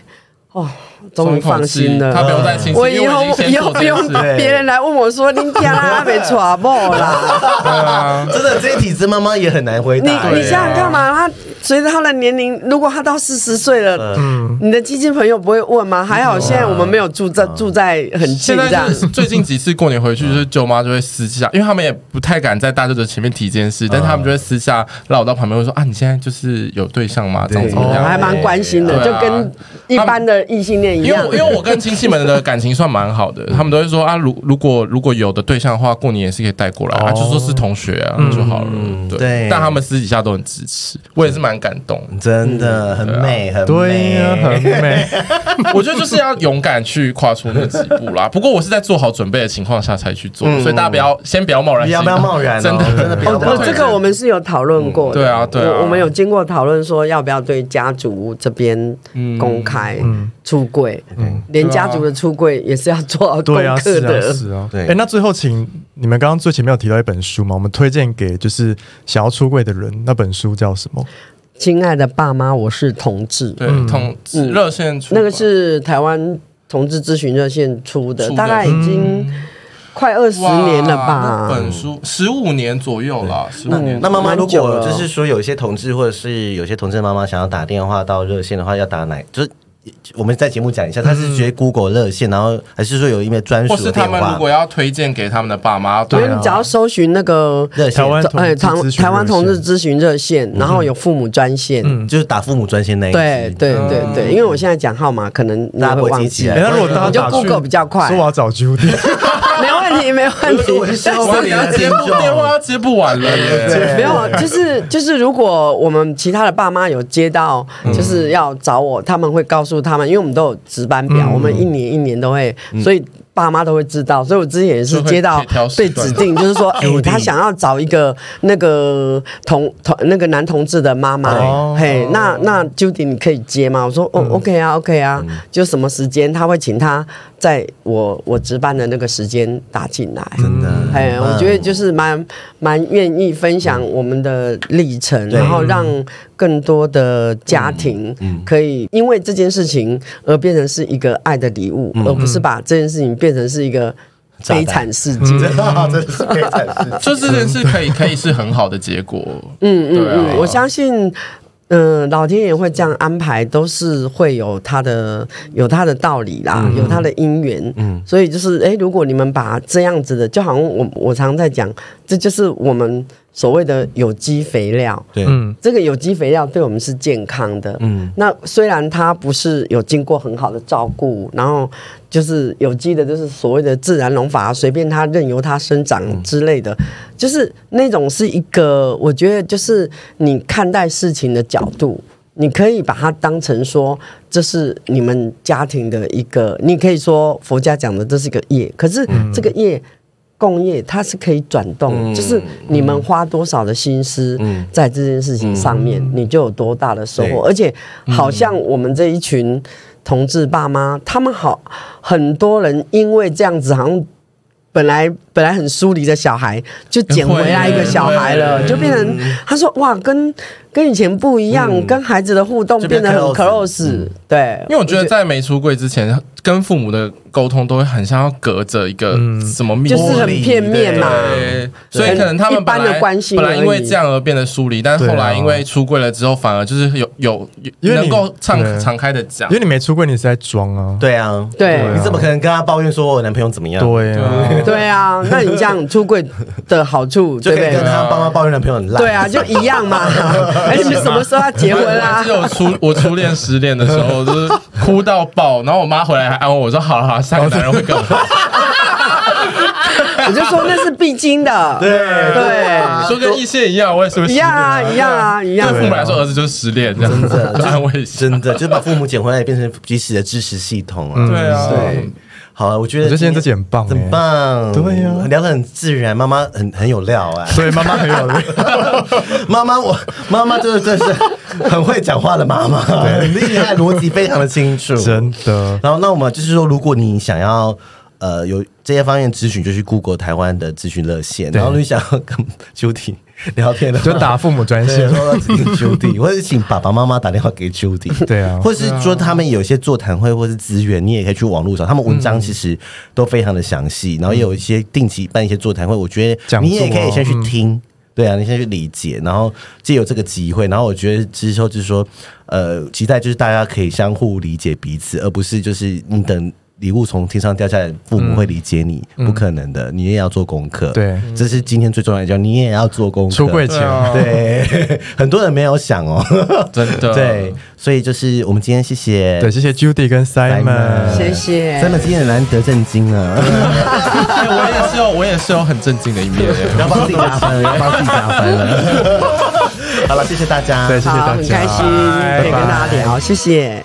哦，终于放心了。他不用再清楚，我以后以以后不用别人来问我说你家阿没娶某 啦。真的，这一题这妈妈也很难回啊你答。你想想看嘛，他随着他的年龄，如果他到四十岁了，嗯你的基金朋友不会问吗？还好现在我们没有住在住在很近现这在样就。是最近几次过年回去，就是舅妈就会私下，因为他们也不太敢在大舅舅前面提这件事，但是他们就会私下拉我到旁边，会说啊，你现在就是有对象吗？这样对怎么哦还样？蛮关心的，对就啊跟一般的异性恋一因为样我。因为我跟亲戚们的感情算蛮好的，他们都会说啊，如如果如果有的对象的话，过年也是可以带过来啊，就说是同学啊就好了。对对，但他们私底下都很支持，我也是蛮感动。真的很美，很对呀、很美。美。 我觉得就是要勇敢去跨出那几步啦。不过我是在做好准备的情况下才去做，所以大家不要先不要贸然不行要动，不要贸然哦， 真的真的不要哦，贸不，然。这个我们是有讨论过的。对啊对啊我我们有经过讨论说要不要对家族这边公开嗯出柜，连家族的出柜也是要做好功对啊，课是啊，的。是啊。对哎，那最后请你们刚刚最前面有提到一本书嘛，我们推荐给就是想要出柜的人，那本书叫什么？亲爱的爸妈，我是同志，对同热线出嗯那个是台湾同志咨询热线出的出，的嗯大概已经快二十哇年了那吧。本书十五年左右了，十五年。那妈妈，蛮如久了果就是说有一些同志或者是有些同志的妈妈想要打电话到热线的话，要打哪？就是我们在节目讲一下，他是嗯直接 Google 热线，然后还是说有一面专或属是的他电们话如？果要推荐给他们的爸妈，因对啊为啊你只要搜寻那个热线台湾同志台咨询热线哎台湾同志咨询热线，然后有父母专线，嗯就是打父母专线那一对支对对对，因为我现在讲号码，可能你大家哎会会忘记记起。来哎，那如果大家你就打去 Google 比较快说我要找 Judy， 没问题，没问我是题。笑哇死你你 要的接听不众。电话要接不完了耶。没有，就是就是，如果我们其他的爸妈有接到，就是要找我，他们会告诉他们，因为我们都有值班表，我们一年一年都会，所以爸妈都会知道。所以我之前也是接到就会挑挑时被段指定，就是说，哎，他想要找一个那个同同那个男同志的妈妈哦，嘿，那那 Judy 你可以接吗？我说哦，OK 啊，OK 啊，就什么时间他会请他在我我值班的那个时间打进来，真的哎，我觉得就是蛮蛮愿意分享我们的历程，然后让更多的家庭嗯可以因为这件事情而变成是一个爱的礼物，而不是把这件事情变成是一个嗯炸弹嗯悲惨事件。真的真的是悲惨事情。就这件事可以可以是很好的结果，嗯嗯对啊嗯，我相信。嗯、老天爷会这样安排，都是会有他的有他的道理啦，嗯有他的因缘。嗯，所以就是，哎、如果你们把这样子的，就好像我我常在讲，这就是我们所谓的有机肥料。对，嗯，这个有机肥料对我们是健康的。嗯，那虽然它不是有经过很好的照顾，然后就是有机的，就是所谓的自然农法，随便它任由它生长之类的，就是那种是一个，我觉得就是你看待事情的角度。你可以把它当成说，这是你们家庭的一个，你可以说佛家讲的这是一个业，可是这个业共业它是可以转嗯动，就是你们花多少的心思在这件事情上面，你就有多大的收获。嗯对而且好像我们这一群同志爸妈，他们好很多人因为这样子，好像本来本来很疏离的小孩，就捡回来一个小孩了，嗯会就变成他说哇，跟跟以前不一样，跟孩子的互动就变变得很 close close，对，因为我觉得在没出柜之前，跟父母的沟通都会很像要隔着一个什么面，就是很片面嘛。对，所以可能他们本一般的来关心而已本来因为这样而变得疏离，但是后来因为出柜了之后，反而就是有有因为你能够敞对敞开的讲因为。你没出柜，你是在装啊。对啊，对啊你怎么可能跟他抱怨说我男朋友怎么样？，对啊，对啊，那你这样出柜的好处， 就对可不以跟对？他爸妈抱怨男朋友很烂。对啊，就一 样嘛。而且什么时候要结婚我啊记？得我初 我初恋失恋的时候，就是哭到爆，然后我妈回来还安慰我说：“好了好了，下一个男人会更好。我就说那是必经的。对对，说跟异性一样，我 也是会失一恋样啊，一样啊，一对样父母啊。来说，儿子就是失恋，这样真的就 安慰一 下。真的就是把父母捡回来，也变成彼此的支持系统啊。对啊，对，好了，我觉得嗯我觉得今天这集很棒欸很棒，对啊聊得很自然，妈妈很很有料 啊。所以妈妈很有 力， 妈妈，我妈妈真的真是很会讲话的妈 妈，很厉害，逻辑非常的清楚。真的。然后，那我们就是说，如果你想要呃有这些方面咨询，就去 Google 台湾的咨询热线。然后你想要跟 Judy 聊天的话，就打父母专对线。说请 Judy，或者请爸爸妈妈打电话给 Judy，对啊或是说他们有一些座谈会或是资源，你也可以去网络找，他们文嗯章其实都非常的详细，然后也有一些定期办一些座谈会，我觉得讲座啊你也可以先去听。对啊，你先去理解，然后借由这个机会，然后我觉得之后就是说，呃，期待就是大家可以相互理解彼此，而不是就是你等礼物从天上掉下来，父母会理解你，不可能的，你也要做功课。嗯对这是今天最重要的一教，你也要做功课。出柜对前，啊，对， 很多人没有想哦。真的对，所以就是我们今天谢谢对，谢谢 Judy 跟 Simon，谢谢。三本今天很难得震惊啊，哎我也是有，我也是有很震惊的一面。 要帮自己加分， 要帮自己加分了。 好了，谢谢大家，对，谢谢好，大很家，开心可以跟大家聊，谢谢。